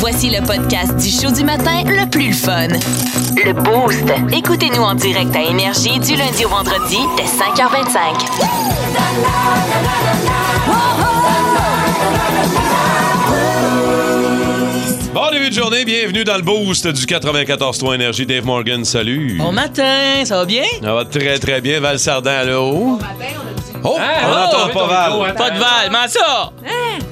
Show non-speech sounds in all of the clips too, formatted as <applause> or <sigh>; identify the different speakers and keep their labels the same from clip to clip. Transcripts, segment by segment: Speaker 1: Voici le podcast du show du matin le plus fun. Le Boost. Écoutez-nous en direct à Énergie du lundi au vendredi dès 5h25.
Speaker 2: Bon début de journée, bienvenue dans le boost du 94-3 Énergie. Dave Morgan, salut.
Speaker 3: Bon matin, ça va bien?
Speaker 2: Ça va très très bien, Val Sardin, là haut. Oh, on n'entend pas Val.
Speaker 3: Pas de val, mais ça!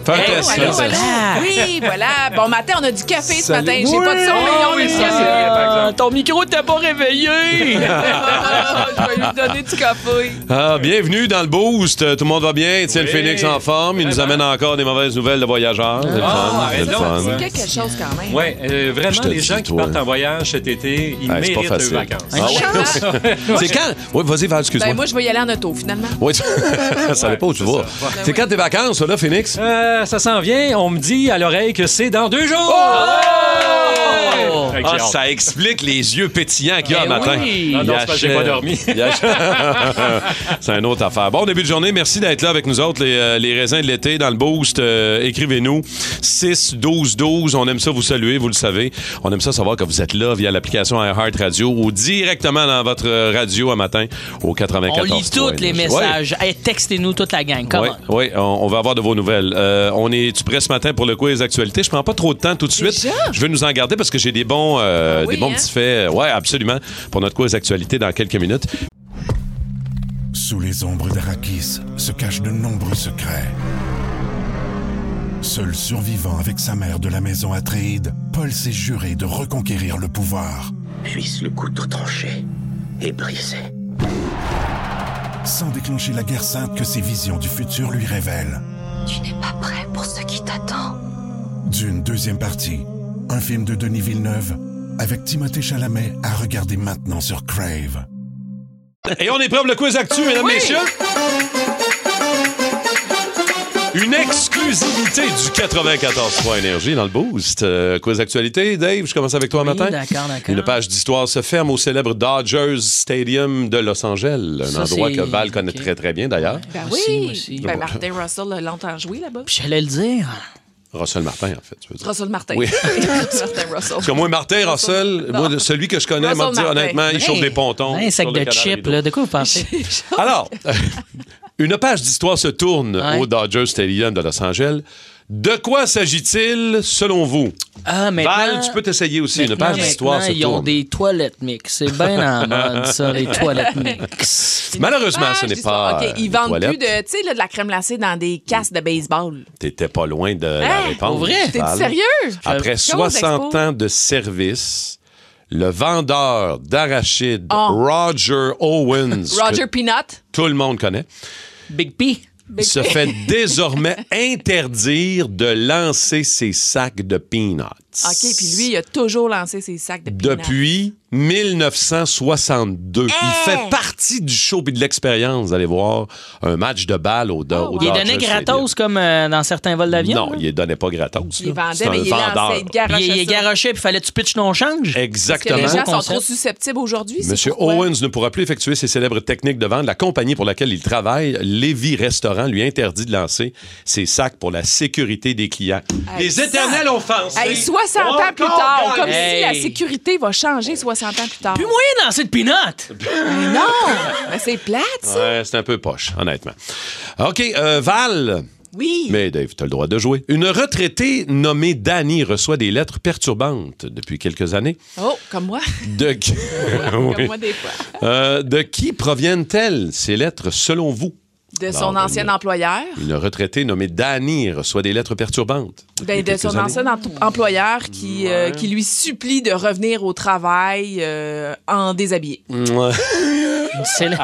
Speaker 2: Fais un test,
Speaker 4: allô,
Speaker 2: fais un
Speaker 4: allô.
Speaker 2: test.
Speaker 4: Oui, voilà. Bon matin, on a du café ce
Speaker 2: Salut.
Speaker 4: matin. J'ai pas de son, mais on a du café.
Speaker 3: Ah, ton micro t'a pas réveillé!
Speaker 4: <laughs> Je vais lui donner du café.
Speaker 2: Ah, bienvenue dans le boost. Tout le monde va bien. Étienne Phoenix en forme. Il nous amène encore des mauvaises nouvelles de voyageurs. C'est le fun, c'est
Speaker 5: arrête
Speaker 2: le
Speaker 5: donc.
Speaker 2: fun.
Speaker 4: C'est quelque chose quand même.
Speaker 5: Ouais, euh,
Speaker 2: Je
Speaker 5: vraiment,
Speaker 2: te
Speaker 5: les
Speaker 2: dis,
Speaker 5: gens qui
Speaker 2: toi.
Speaker 5: partent en voyage cet été, ils
Speaker 2: Ah, c'est pas
Speaker 5: méritent leurs
Speaker 2: facile.
Speaker 5: vacances.
Speaker 2: Ah, ouais.
Speaker 4: Chance.
Speaker 2: C'est quand? Oui, vas-y, Val, excuse-moi.
Speaker 4: Ben moi, je vais y aller en auto, finalement.
Speaker 2: Oui, <laughs> tu ne savais pas où tu
Speaker 5: c'est
Speaker 2: vas.
Speaker 5: ça.
Speaker 2: C'est quand tes vacances, ça, là, Phoenix?
Speaker 5: Euh, ça s'en vient, on me dit à l'oreille que c'est dans deux jours!
Speaker 3: Oh!
Speaker 5: Fait que
Speaker 2: Ah,
Speaker 5: j'ai hâte.
Speaker 2: ça explique les yeux pétillants qu'il y a
Speaker 3: Eh
Speaker 2: le matin.
Speaker 3: oui.
Speaker 5: Non, non,
Speaker 2: Il
Speaker 5: c'est parce que j'ai
Speaker 2: achète- <laughs>
Speaker 5: pas dormi.
Speaker 2: il achète- c'est une autre affaire. Bon, début de journée, merci d'être là avec nous autres, les, euh, les raisins de l'été dans le boost. Euh, Écrivez-nous 6 12 12. On aime ça vous saluer, vous le savez. On aime ça savoir que vous êtes là via l'application iHeart Radio ou directement dans votre euh, radio à matin au 94.
Speaker 3: On lit tous
Speaker 2: Ouais.
Speaker 3: les messages. Hey, textez-nous toute la gang.
Speaker 2: Oui,
Speaker 3: Comment?
Speaker 2: oui, on, on va avoir de vos nouvelles. Euh, on est tu prêt ce matin pour le quiz actualité. Je prends pas trop de temps tout de suite. Je veux nous en garder parce que j'ai des bons, euh,
Speaker 4: Ah oui,
Speaker 2: des bons
Speaker 4: hein?
Speaker 2: petits faits. Ouais, absolument. Pour notre quiz actualité dans quelques minutes.
Speaker 6: Sous les ombres d'Arakis se cachent de nombreux secrets. Seul survivant avec sa mère de la maison Atréide, Paul s'est juré de reconquérir le pouvoir.
Speaker 7: Puisse le couteau tranché et brisé.
Speaker 6: Sans déclencher la guerre sainte que ses visions du futur lui révèlent.
Speaker 8: Tu n'es pas prêt pour ce qui t'attend.
Speaker 6: D'une deuxième partie, un film de Denis Villeneuve avec Timothée Chalamet à regarder maintenant sur Crave.
Speaker 2: Et on est prêt pour le quiz actu, mesdames, messieurs. Une exclusivité du 94.3 Énergie dans le boost. Euh, quiz actualité, Dave, je commence avec toi un
Speaker 3: Oui,
Speaker 2: matin.
Speaker 3: d'accord, d'accord.
Speaker 2: Une page d'histoire se ferme au célèbre Dodgers Stadium de Los Angeles, un
Speaker 3: Ça,
Speaker 2: endroit
Speaker 3: c'est-
Speaker 2: que Val connaît
Speaker 3: ok.
Speaker 2: très très bien d'ailleurs.
Speaker 4: Ben
Speaker 3: Moi aussi, moi aussi.
Speaker 4: oui. Ben Martin Russell a longtemps joué là-bas.
Speaker 3: J'allais le dire.
Speaker 2: Russell Martin, en fait. tu veux dire.
Speaker 4: Russell Martin.
Speaker 2: Oui.
Speaker 4: <laughs> Martin
Speaker 2: Parce
Speaker 4: Russell.
Speaker 2: que moi, Martin, Russell,
Speaker 4: Non.
Speaker 2: moi, celui que je connais, m'a
Speaker 4: Russell
Speaker 2: dit
Speaker 4: Martin.
Speaker 2: honnêtement, il chauffe
Speaker 3: Hey,
Speaker 2: des pontons.
Speaker 3: Un sac
Speaker 2: sur le
Speaker 3: de
Speaker 2: canal
Speaker 3: chips,
Speaker 2: Rideau.
Speaker 3: là. De quoi vous pensez?
Speaker 2: Alors, une page d'histoire se tourne
Speaker 3: Ouais.
Speaker 2: au Dodger Stadium de Los Angeles. De quoi s'agit-il, selon vous?
Speaker 3: Ah, maintenant...
Speaker 2: <laughs> Val, tu peux t'essayer aussi. Une
Speaker 3: maintenant,
Speaker 2: page d'histoire
Speaker 3: maintenant,
Speaker 2: se
Speaker 3: ils ont
Speaker 2: tourne.
Speaker 3: des toilettes mix. C'est
Speaker 2: <laughs>
Speaker 3: bien en mode, ça, les toilettes mix.
Speaker 2: Malheureusement,
Speaker 4: Ah,
Speaker 2: ce n'est pas.
Speaker 4: Ok, ils
Speaker 2: euh,
Speaker 4: vendent
Speaker 2: toilette.
Speaker 4: plus de, tu sais, là, de la crème glacée dans des casques de baseball.
Speaker 2: T'étais pas loin de la
Speaker 4: Hein?
Speaker 2: réponse.
Speaker 3: Pour vrai?
Speaker 4: T'es
Speaker 2: Val.
Speaker 4: sérieux?
Speaker 2: Après
Speaker 4: Cause
Speaker 2: 60
Speaker 4: Expo.
Speaker 2: ans de service, le vendeur d'arachides
Speaker 4: Oh.
Speaker 2: Roger Owens, que
Speaker 4: Roger Peanut.
Speaker 2: tout le monde connaît,
Speaker 3: Big P.
Speaker 4: Ben
Speaker 2: se fait
Speaker 4: <laughs>
Speaker 2: désormais interdire de lancer ses sacs de peanuts.
Speaker 4: OK, puis lui, il a toujours lancé ses sacs de peanuts.
Speaker 2: Depuis 1962. Il fait partie du show et de l'expérience d'aller voir un match de balle au, Do-
Speaker 4: Oh,
Speaker 2: au
Speaker 3: Il est
Speaker 2: Dodger
Speaker 3: donné
Speaker 2: Stadium.
Speaker 3: gratos comme euh, dans certains vols d'avion.
Speaker 2: Non,
Speaker 3: là.
Speaker 2: il est donné pas gratos.
Speaker 4: Il
Speaker 2: là. C'est
Speaker 4: vendait, mais
Speaker 2: un
Speaker 4: il
Speaker 2: vendeur.
Speaker 4: lançait, il garochait
Speaker 3: il, il est
Speaker 4: ça.
Speaker 3: garoché, puis fallait que tu pitches ton change.
Speaker 4: Parce que les
Speaker 2: Exactement.
Speaker 4: gens sont
Speaker 3: Concept.
Speaker 4: trop susceptibles aujourd'hui. c'est
Speaker 2: Monsieur
Speaker 4: pourquoi.
Speaker 2: Owens ne pourra plus effectuer ses célèbres techniques de vente. La compagnie pour laquelle il travaille, Lévy Restaurant, lui interdit de lancer ses sacs pour la sécurité des clients.
Speaker 4: Hey,
Speaker 2: Les éternels offensés.
Speaker 4: Hey, 60 ans plus
Speaker 2: Encore
Speaker 4: tard,
Speaker 2: gagnés.
Speaker 4: comme si la
Speaker 3: Hey.
Speaker 4: sécurité va changer 60 ans plus tard.
Speaker 3: Plus moyen de lancer de
Speaker 2: <laughs>
Speaker 3: peanuts.
Speaker 4: Non! Ben, c'est plate, ça.
Speaker 2: Ouais, c'est un peu poche, honnêtement. OK, euh, Val.
Speaker 4: Oui.
Speaker 2: Mais Dave, t'as le droit de jouer. Une retraitée nommée Dani reçoit des lettres perturbantes depuis quelques années.
Speaker 4: Oh,
Speaker 2: <laughs>
Speaker 4: comme moi.
Speaker 2: De
Speaker 4: <laughs>
Speaker 2: qui,
Speaker 4: Comme
Speaker 2: Oui.
Speaker 4: moi, des fois.
Speaker 2: Euh, de qui proviennent-elles ces lettres selon vous?
Speaker 4: De son
Speaker 2: ben,
Speaker 4: ancien
Speaker 2: ben.
Speaker 4: employeur.
Speaker 2: Une retraitée nommée Dani reçoit des lettres perturbantes. depuis
Speaker 4: Ben, de
Speaker 2: quelques
Speaker 4: son
Speaker 2: années.
Speaker 4: ancien ento- employeur qui, euh, qui lui supplie de revenir au travail euh, en déshabillé.
Speaker 2: Mouais.
Speaker 3: C'est le...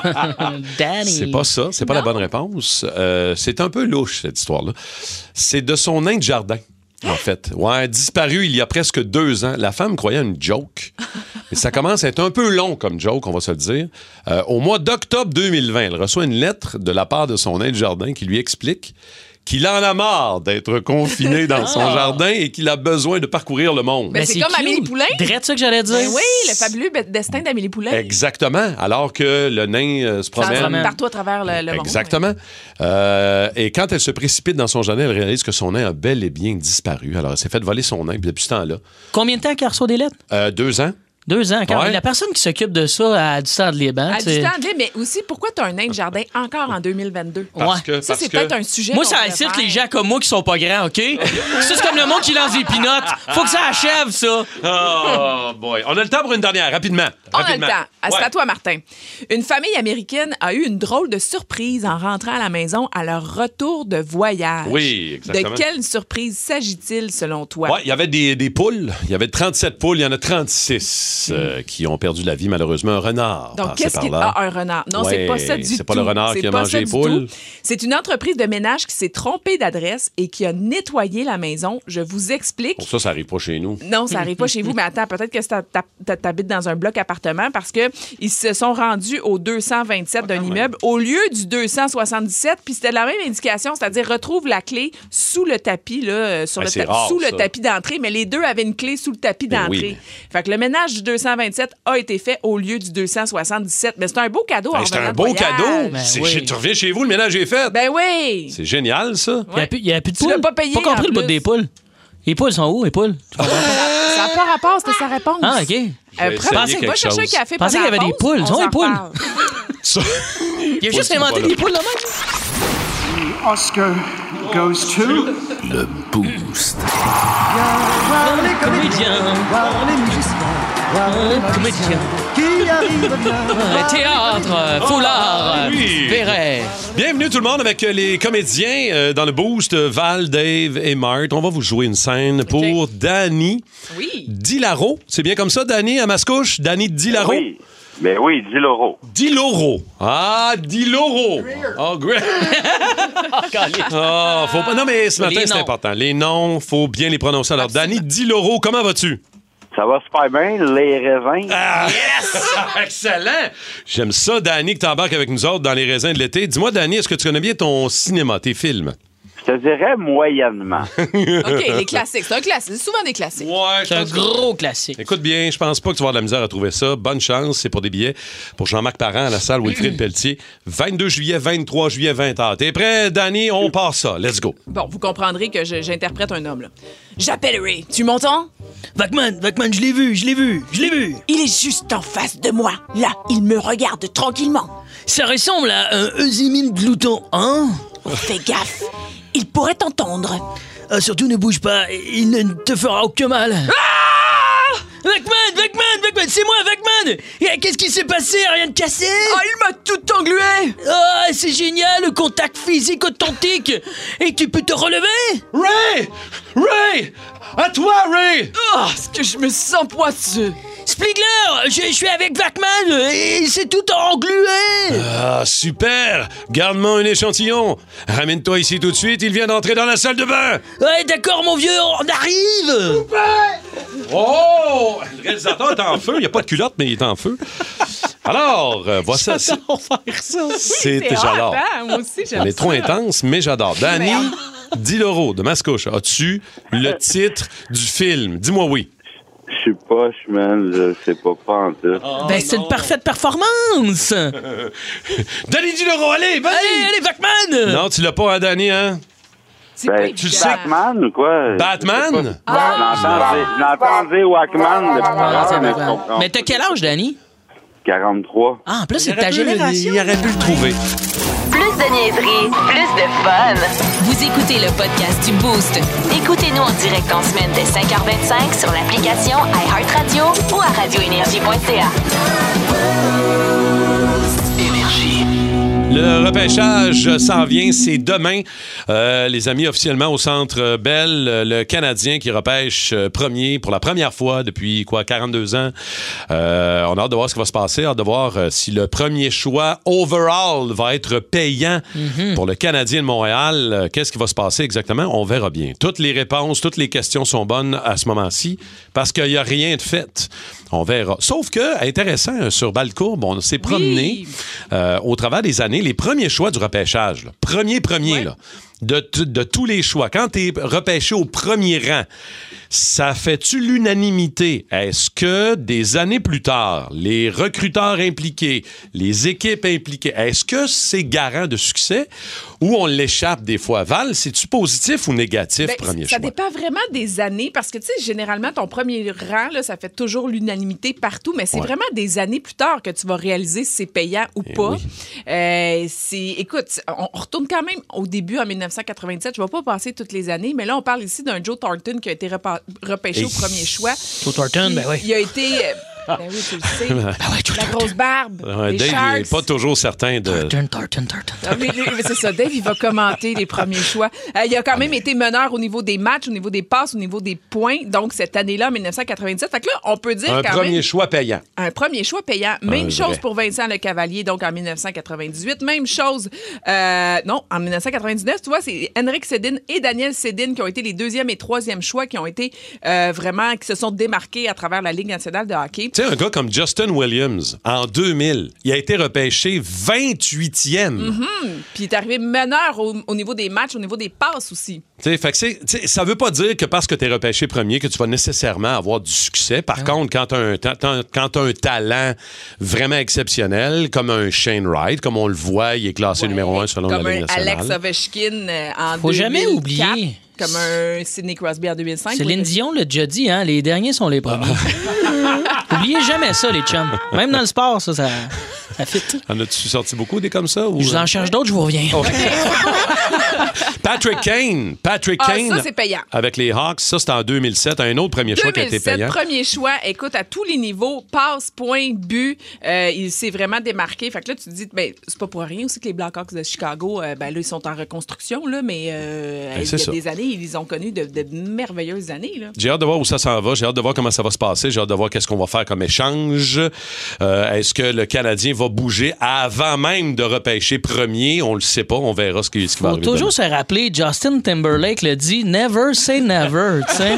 Speaker 3: Danny.
Speaker 2: C'est pas ça, c'est pas la bonne réponse. Euh, c'est un peu louche, cette histoire-là. C'est de son nain de jardin. en fait. Ouais, disparu il y a presque deux ans. La femme croyait à une joke. Et ça commence à être un peu long comme joke, on va se le dire. Euh, au mois d'octobre 2020, elle reçoit une lettre de la part de son aide jardin qui lui explique qu'il en a marre d'être confiné dans son jardin et qu'il a besoin de parcourir le monde.
Speaker 4: Ah. Ben, c'est comme
Speaker 3: cute.
Speaker 4: Amélie Poulain.
Speaker 3: Drette ça que j'allais dire.
Speaker 4: Ben oui, le fabuleux be- destin d'Amélie Poulain.
Speaker 2: Exactement. Alors que le nain euh, se
Speaker 4: Ça se
Speaker 2: promène.
Speaker 4: promène Partout à travers le, le monde.
Speaker 2: Exactement. Euh, et quand elle se précipite dans son jardin, elle réalise que son nain a bel et bien disparu. Alors, elle s'est fait voler son nain. Puis depuis ce temps-là,
Speaker 3: Combien de temps qu'elle reçoit des lettres?
Speaker 2: euh, deux ans,
Speaker 3: Deux ans. Quand
Speaker 2: Ouais.
Speaker 3: même. La personne qui s'occupe de ça a du sang de liban.
Speaker 4: À
Speaker 3: tu
Speaker 4: du
Speaker 3: sais.
Speaker 4: temps de lait, mais aussi, pourquoi t'as un nain de jardin encore en 2022?
Speaker 3: Ouais.
Speaker 2: parce que,
Speaker 4: Ça,
Speaker 2: parce
Speaker 4: c'est
Speaker 2: que-
Speaker 4: peut-être un sujet.
Speaker 3: Moi,
Speaker 4: qu'on
Speaker 3: ça
Speaker 4: pourrait
Speaker 3: incite
Speaker 4: faire.
Speaker 3: les gens comme moi qui sont pas grands, OK? ça, c'est comme le monde qui lance des pinottes. Faut que ça achève, ça.
Speaker 2: Oh boy. On a le temps pour une dernière, rapidement.
Speaker 4: On a le
Speaker 2: Rapidement.
Speaker 4: temps. Ah, C'est
Speaker 2: Ouais.
Speaker 4: à toi, Martin. Une famille américaine a eu une drôle de surprise en rentrant à la maison à leur retour de voyage.
Speaker 2: Oui, exactement.
Speaker 4: De quelle surprise s'agit-il selon toi?
Speaker 2: Ouais, il y avait des, des poules. Il y avait 37 poules. Il y en a 36 euh, qui ont perdu la vie, malheureusement. Un renard.
Speaker 4: Donc,
Speaker 2: passait
Speaker 4: qu'est-ce
Speaker 2: Ah, par
Speaker 4: qu'il
Speaker 2: là.
Speaker 4: a un renard? Non,
Speaker 2: Ouais,
Speaker 4: c'est pas ça du tout.
Speaker 2: C'est pas le renard
Speaker 4: C'est
Speaker 2: qui a
Speaker 4: pas ça
Speaker 2: mangé les
Speaker 4: du
Speaker 2: poules.
Speaker 4: tout. C'est une entreprise de ménage qui s'est trompée d'adresse et qui a nettoyé la maison. Je vous explique.
Speaker 2: Bon, ça, ça arrive pas chez nous.
Speaker 4: Non, ça arrive pas chez vous, mais attends, peut-être que t'as- t'as- t'as- t'habites dans un bloc appartement parce que ils se sont rendus au 227 d'un immeuble au lieu du 277, puis c'était la même indication, c'est-à-dire retrouve la clé sous le tapis là, euh, sur
Speaker 2: Ben,
Speaker 4: le
Speaker 2: c'est
Speaker 4: tapis-
Speaker 2: rare,
Speaker 4: sous
Speaker 2: ça.
Speaker 4: le tapis d'entrée, mais les deux avaient une clé sous le tapis
Speaker 2: Ben oui,
Speaker 4: d'entrée. Fait que le ménage du 227 a été fait au lieu du 277, mais c'est un beau cadeau. en
Speaker 2: Hey, Ben, c'est
Speaker 4: revenant
Speaker 2: un
Speaker 4: de
Speaker 2: beau
Speaker 4: voyage.
Speaker 2: cadeau.
Speaker 3: Ben
Speaker 2: C'est-
Speaker 3: oui.
Speaker 2: chez- Tu reviens chez vous, le ménage est fait.
Speaker 4: Ben oui.
Speaker 2: C'est génial, ça.
Speaker 3: Il y a plus- Il y a plus de
Speaker 4: Tu
Speaker 3: poules.
Speaker 4: l'as pas payé,
Speaker 3: compris
Speaker 4: en
Speaker 3: le bout
Speaker 4: plus.
Speaker 3: des poules. Les poules sont où, les poules?
Speaker 4: Ça n'a pas rapport, c'était sa réponse.
Speaker 3: Ah,
Speaker 4: <laughs>
Speaker 3: OK.
Speaker 4: Euh,
Speaker 2: vais
Speaker 4: prends-
Speaker 2: essayer
Speaker 4: va
Speaker 2: quelque
Speaker 4: chercher un
Speaker 2: chose.
Speaker 4: café.
Speaker 3: Je pensais
Speaker 4: pendant
Speaker 3: qu'il y
Speaker 4: la
Speaker 3: avait des
Speaker 4: pause, on
Speaker 3: poules. Ils ont
Speaker 4: s'en
Speaker 3: des poules.
Speaker 4: reparle.
Speaker 2: Ça-
Speaker 3: Il a juste
Speaker 2: sont pas
Speaker 3: inventé
Speaker 2: là.
Speaker 3: des poules, le mec.
Speaker 9: Oscar goes to.
Speaker 3: Comédien. Oh, Comédien. <laughs> Euh, Théâtre, euh, foulard,
Speaker 2: oui.
Speaker 3: verret.
Speaker 2: Bienvenue tout le monde avec euh, les comédiens euh, dans le boost, euh, Val, Dave et Marthe. On va vous jouer une scène pour Danny
Speaker 4: Oui.
Speaker 2: Dilaro. C'est bien comme ça, Danny, à Mascouche? Danny Dilaro?
Speaker 10: Oui. Mais
Speaker 3: Ben
Speaker 10: oui, dis l'euro.
Speaker 2: Diloro. Ah, Diloro. Oh, great. Ah, faut pas... Non, mais ce
Speaker 3: Les
Speaker 2: matin, c'est
Speaker 3: noms.
Speaker 2: important. Les noms, faut bien les prononcer. Alors, Danny Diloro, comment vas-tu?
Speaker 10: Ça va super bien, les raisins.
Speaker 2: Ah, Excellent. J'aime ça, Danny, que t'embarques avec nous autres dans les raisins de l'été. Dis-moi, Danny, est-ce que tu connais bien ton cinéma, tes films?
Speaker 10: Je te dirais moyennement.
Speaker 4: OK, les classiques. C'est un classique. C'est souvent des classiques.
Speaker 2: Ouais,
Speaker 3: C'est un gros classique.
Speaker 2: Écoute bien, je pense pas que tu vas avoir de la misère à trouver ça. Bonne chance, c'est pour des billets pour Jean-Marc Parent à la salle Wilfrid Pelletier. 22 juillet, 23 juillet, 20h. T'es prêt, Danny? On part ça. Let's go.
Speaker 4: Bon, vous comprendrez que je- j'interprète un homme. là. J'appellerai. Tu m'entends?
Speaker 3: Vacman, Vacman, je l'ai vu, je l'ai vu, je l'ai vu.
Speaker 4: Il est juste en face de moi. Là, il me regarde tranquillement.
Speaker 3: Ça ressemble à un Eusimine glouton, hein?
Speaker 4: Oh, Fais gaffe. Il pourrait t'entendre.
Speaker 3: Ah, surtout ne bouge pas, il ne te fera aucun mal.
Speaker 4: Ah
Speaker 3: Ah Vacman, Vacman, Vacman, c'est moi, Vacman! Eh, Qu'est-ce qui s'est passé? Rien de cassé?
Speaker 4: Ah, il m'a tout englué!
Speaker 3: Ah, c'est génial, le contact physique authentique! Et tu peux te relever?
Speaker 2: Ray! Ray! À toi, Ray!
Speaker 4: Ah, ce que je me sens poisseux.
Speaker 3: Splingler, je, je suis avec Vacman euh, et c'est tout englué!
Speaker 4: Euh.
Speaker 2: Ah, super! Garde-moi un échantillon. Ramène-toi ici tout de suite, il vient d'entrer dans la salle de bain.
Speaker 3: Ouais, d'accord, mon vieux, on arrive!
Speaker 2: Oh! Le réalisateur est en feu. Il n'y a pas de culotte, mais il est en feu. Alors, euh, voici ça. C'est
Speaker 3: faire ça!
Speaker 2: c'était- j'adore.
Speaker 4: Ah, Moi aussi,
Speaker 2: Elle est trop intense, mais j'adore. Danny
Speaker 4: Merde.
Speaker 2: Diloro de Mascouche, as-tu le titre du film? Dis-moi oui.
Speaker 10: Je suis pas, je man, je sais pas, pas en tout.
Speaker 5: Ah.
Speaker 2: Oh
Speaker 3: ben, c'est une parfaite performance! allez,
Speaker 2: Danny Diloro, allez, vas-y!
Speaker 3: allez, Vacman!
Speaker 2: Non, tu l'as pas, hein, Danny, hein?
Speaker 4: C'est
Speaker 10: Ben,
Speaker 4: pas évident.
Speaker 10: Batman ou quoi?
Speaker 2: Euh, Batman?
Speaker 10: Je l'entends dire Walkman depuis tout à l'heure, mais je comprends.
Speaker 3: Mais t'as quel âge, Danny?
Speaker 10: 43.
Speaker 3: Ah, en plus, c'est
Speaker 2: Il aurait
Speaker 3: ta
Speaker 2: pu-
Speaker 3: génération.
Speaker 2: Il aurait pu le trouver.
Speaker 1: Plus de niaiseries, plus de fun. Vous écoutez le podcast du Boost. Écoutez-nous en direct en semaine dès 5h25 sur l'application iHeartRadio ou à radioénergie.ca.
Speaker 2: Le repêchage s'en vient, c'est demain. Euh, les amis, officiellement au centre euh, Bell, euh, le Canadien qui repêche euh, premier pour la première fois depuis quoi 42 ans. Euh, on a hâte de voir ce qui va se passer, hâte de voir euh, si le premier choix overall va être payant pour le Canadien de Montréal. Euh, Qu'est-ce qui va se passer exactement On verra bien. Toutes les réponses, toutes les questions sont bonnes à ce moment-ci parce qu'il n'y a rien de fait. On verra. Sauf que, intéressant, euh, sur Balcourbe, on s'est promené euh, au travers des années, les premiers choix du repêchage. là. Premier, premier, là. De, t- de tous les choix. Quand tu es repêché au premier rang, ça fait-tu l'unanimité? Est-ce que des années plus tard, les recruteurs impliqués, les équipes impliquées, est-ce que c'est garant de succès ou on l'échappe des fois? Val, c'est-tu positif ou négatif,
Speaker 4: Ben,
Speaker 2: premier
Speaker 4: ça
Speaker 2: choix?
Speaker 4: dépend vraiment des années parce que, tu sais, généralement, ton premier rang, là, ça fait toujours l'unanimité partout, mais c'est
Speaker 2: Ouais. Eh
Speaker 4: vraiment des années plus tard que tu vas réaliser si c'est payant ou pas. Euh, c'est, écoute, on on retourne quand même au début en 1997. Je ne vais pas passer toutes les années, mais là, on parle ici d'un Joe Thornton qui a été repa- repêché au
Speaker 3: Et-
Speaker 2: <laughs>
Speaker 4: premier choix.
Speaker 3: Joe Thornton,
Speaker 4: Puis,
Speaker 3: ben oui.
Speaker 4: Il a été. euh, ben oui, tu le sais. La grosse barbe.
Speaker 2: Ouais,
Speaker 4: les
Speaker 2: Ah Dave n'est
Speaker 4: Sharks.
Speaker 2: pas toujours certain de.
Speaker 3: Tartan, tartan, tartan.
Speaker 4: Ah, mais lui, mais c'est ça, Dave, il va commenter les premiers choix. Euh, il a quand
Speaker 2: Ah,
Speaker 4: même été meneur au niveau des matchs, au niveau des passes, au niveau des points. Donc, cette année-là, en 1997. Fait que là, on peut dire
Speaker 2: Un
Speaker 4: quand
Speaker 2: premier
Speaker 4: même
Speaker 2: choix payant.
Speaker 4: un premier choix payant. Même
Speaker 2: Un
Speaker 4: chose
Speaker 2: vrai.
Speaker 4: pour Vincent Le Cavalier, donc en 1998. Même chose, euh, non, en 1999, tu vois, c'est Henrik Sedin et Daniel Sedin qui ont été les deuxième et troisième choix qui ont été euh, vraiment, qui se sont démarqués à travers la Ligue nationale de hockey.
Speaker 2: Tu sais, un gars comme Justin Williams, en 2000, il a été repêché 28e.
Speaker 4: Mhm. Puis il est arrivé meneur au- au niveau des matchs, au niveau des passes aussi.
Speaker 2: Tu sais, fait que c'est- tu sais, ça veut pas dire que parce que tu es repêché premier que tu vas nécessairement avoir du succès.
Speaker 4: Ben
Speaker 2: Par contre, quand tu as, un talent vraiment exceptionnel, comme un Shane Wright, comme on le voit, il est classé numéro un selon
Speaker 4: comme
Speaker 2: la Ligue
Speaker 4: un Alex
Speaker 2: nationale.
Speaker 4: Ovechkin euh, en
Speaker 3: Faut jamais
Speaker 4: 2004,
Speaker 3: oublier.
Speaker 4: Comme un Sidney Crosby en 2005.
Speaker 3: Céline Dion l'a déjà dit, hein, les derniers sont
Speaker 2: <laughs>
Speaker 3: les premiers. Oubliez jamais ça, les chums. Même dans le sport, ça, ça, ça fit.
Speaker 2: En as-tu sorti beaucoup des comme ça? Ou... euh?
Speaker 3: Je vous en cherche d'autres, je vous reviens.
Speaker 4: <laughs>
Speaker 2: Patrick Kane! Patrick
Speaker 4: Ah, ça,
Speaker 2: Kane!
Speaker 4: c'est payant.
Speaker 2: Avec les Hawks, ça, c'était en 2007. Un autre premier choix qui a été
Speaker 4: 2007,
Speaker 2: payant.
Speaker 4: premier choix, écoute, à tous les niveaux, passe, point, but, euh, il s'est vraiment démarqué. Fait que là, tu te dis, ben, c'est pas pour rien aussi que les Blackhawks de Chicago, euh, ben là, ils sont en reconstruction, là, mais euh, il y
Speaker 2: Ben, c'est
Speaker 4: a
Speaker 2: ça.
Speaker 4: des années, ils ont connu de, de merveilleuses années, là.
Speaker 2: J'ai hâte de voir où ça s'en va. J'ai hâte de voir comment ça va se passer. J'ai hâte de voir qu'est-ce qu'on va faire comme échange. Euh, Est-ce que le Canadien va bouger avant même de repêcher premier? On le sait pas. On verra ce qui, ce qui va
Speaker 3: Faut
Speaker 2: arriver.
Speaker 3: toujours se rappeler, Justin Timberlake le dit, never say never,
Speaker 2: <laughs>
Speaker 3: tu sais.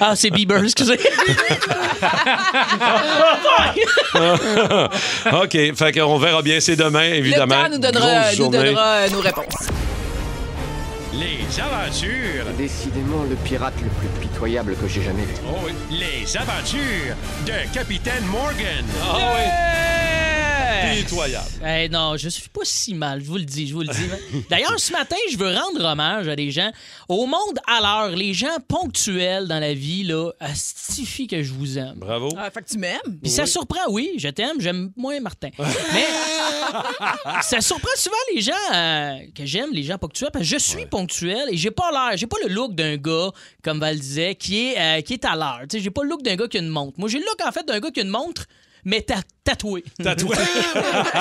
Speaker 3: ah, c'est Bieber, excusez.
Speaker 2: demain. OK. Fait qu'on verra bien. C'est demain, évidemment.
Speaker 4: Le temps nous donnera,
Speaker 2: Grosse
Speaker 4: nous
Speaker 2: journée.
Speaker 4: donnera, euh, nos réponses.
Speaker 11: Les aventures,
Speaker 12: Décidément le pirate le plus pitoyable que j'ai jamais vu.
Speaker 11: oh oui, les aventures de Capitaine Morgan.
Speaker 5: Ah.
Speaker 2: Ah
Speaker 11: Oh
Speaker 3: Ah
Speaker 11: oui. Pitoyable.
Speaker 3: Eh non, je suis pas si mal, je vous le dis, je vous le dis. D'ailleurs, ce matin, je veux rendre hommage à des gens au monde à l'heure, les gens ponctuels dans la vie là, astifie que je vous aime.
Speaker 2: Bravo.
Speaker 4: Ah, fait que tu m'aimes.
Speaker 3: Puis ça surprend, oui, je t'aime, j'aime moins Martin. Mais ça surprend souvent les gens euh, que j'aime, les gens ponctuels, parce que je suis ponctuel et j'ai pas l'air, j'ai pas le look d'un gars, comme Val disait, qui est, euh, qui est à l'heure. Tu sais, j'ai pas le look d'un gars qui a une montre. Moi, j'ai le look, en fait, d'un gars qui a une montre, mais ta- tatoué.
Speaker 2: Tatoué.
Speaker 3: <laughs>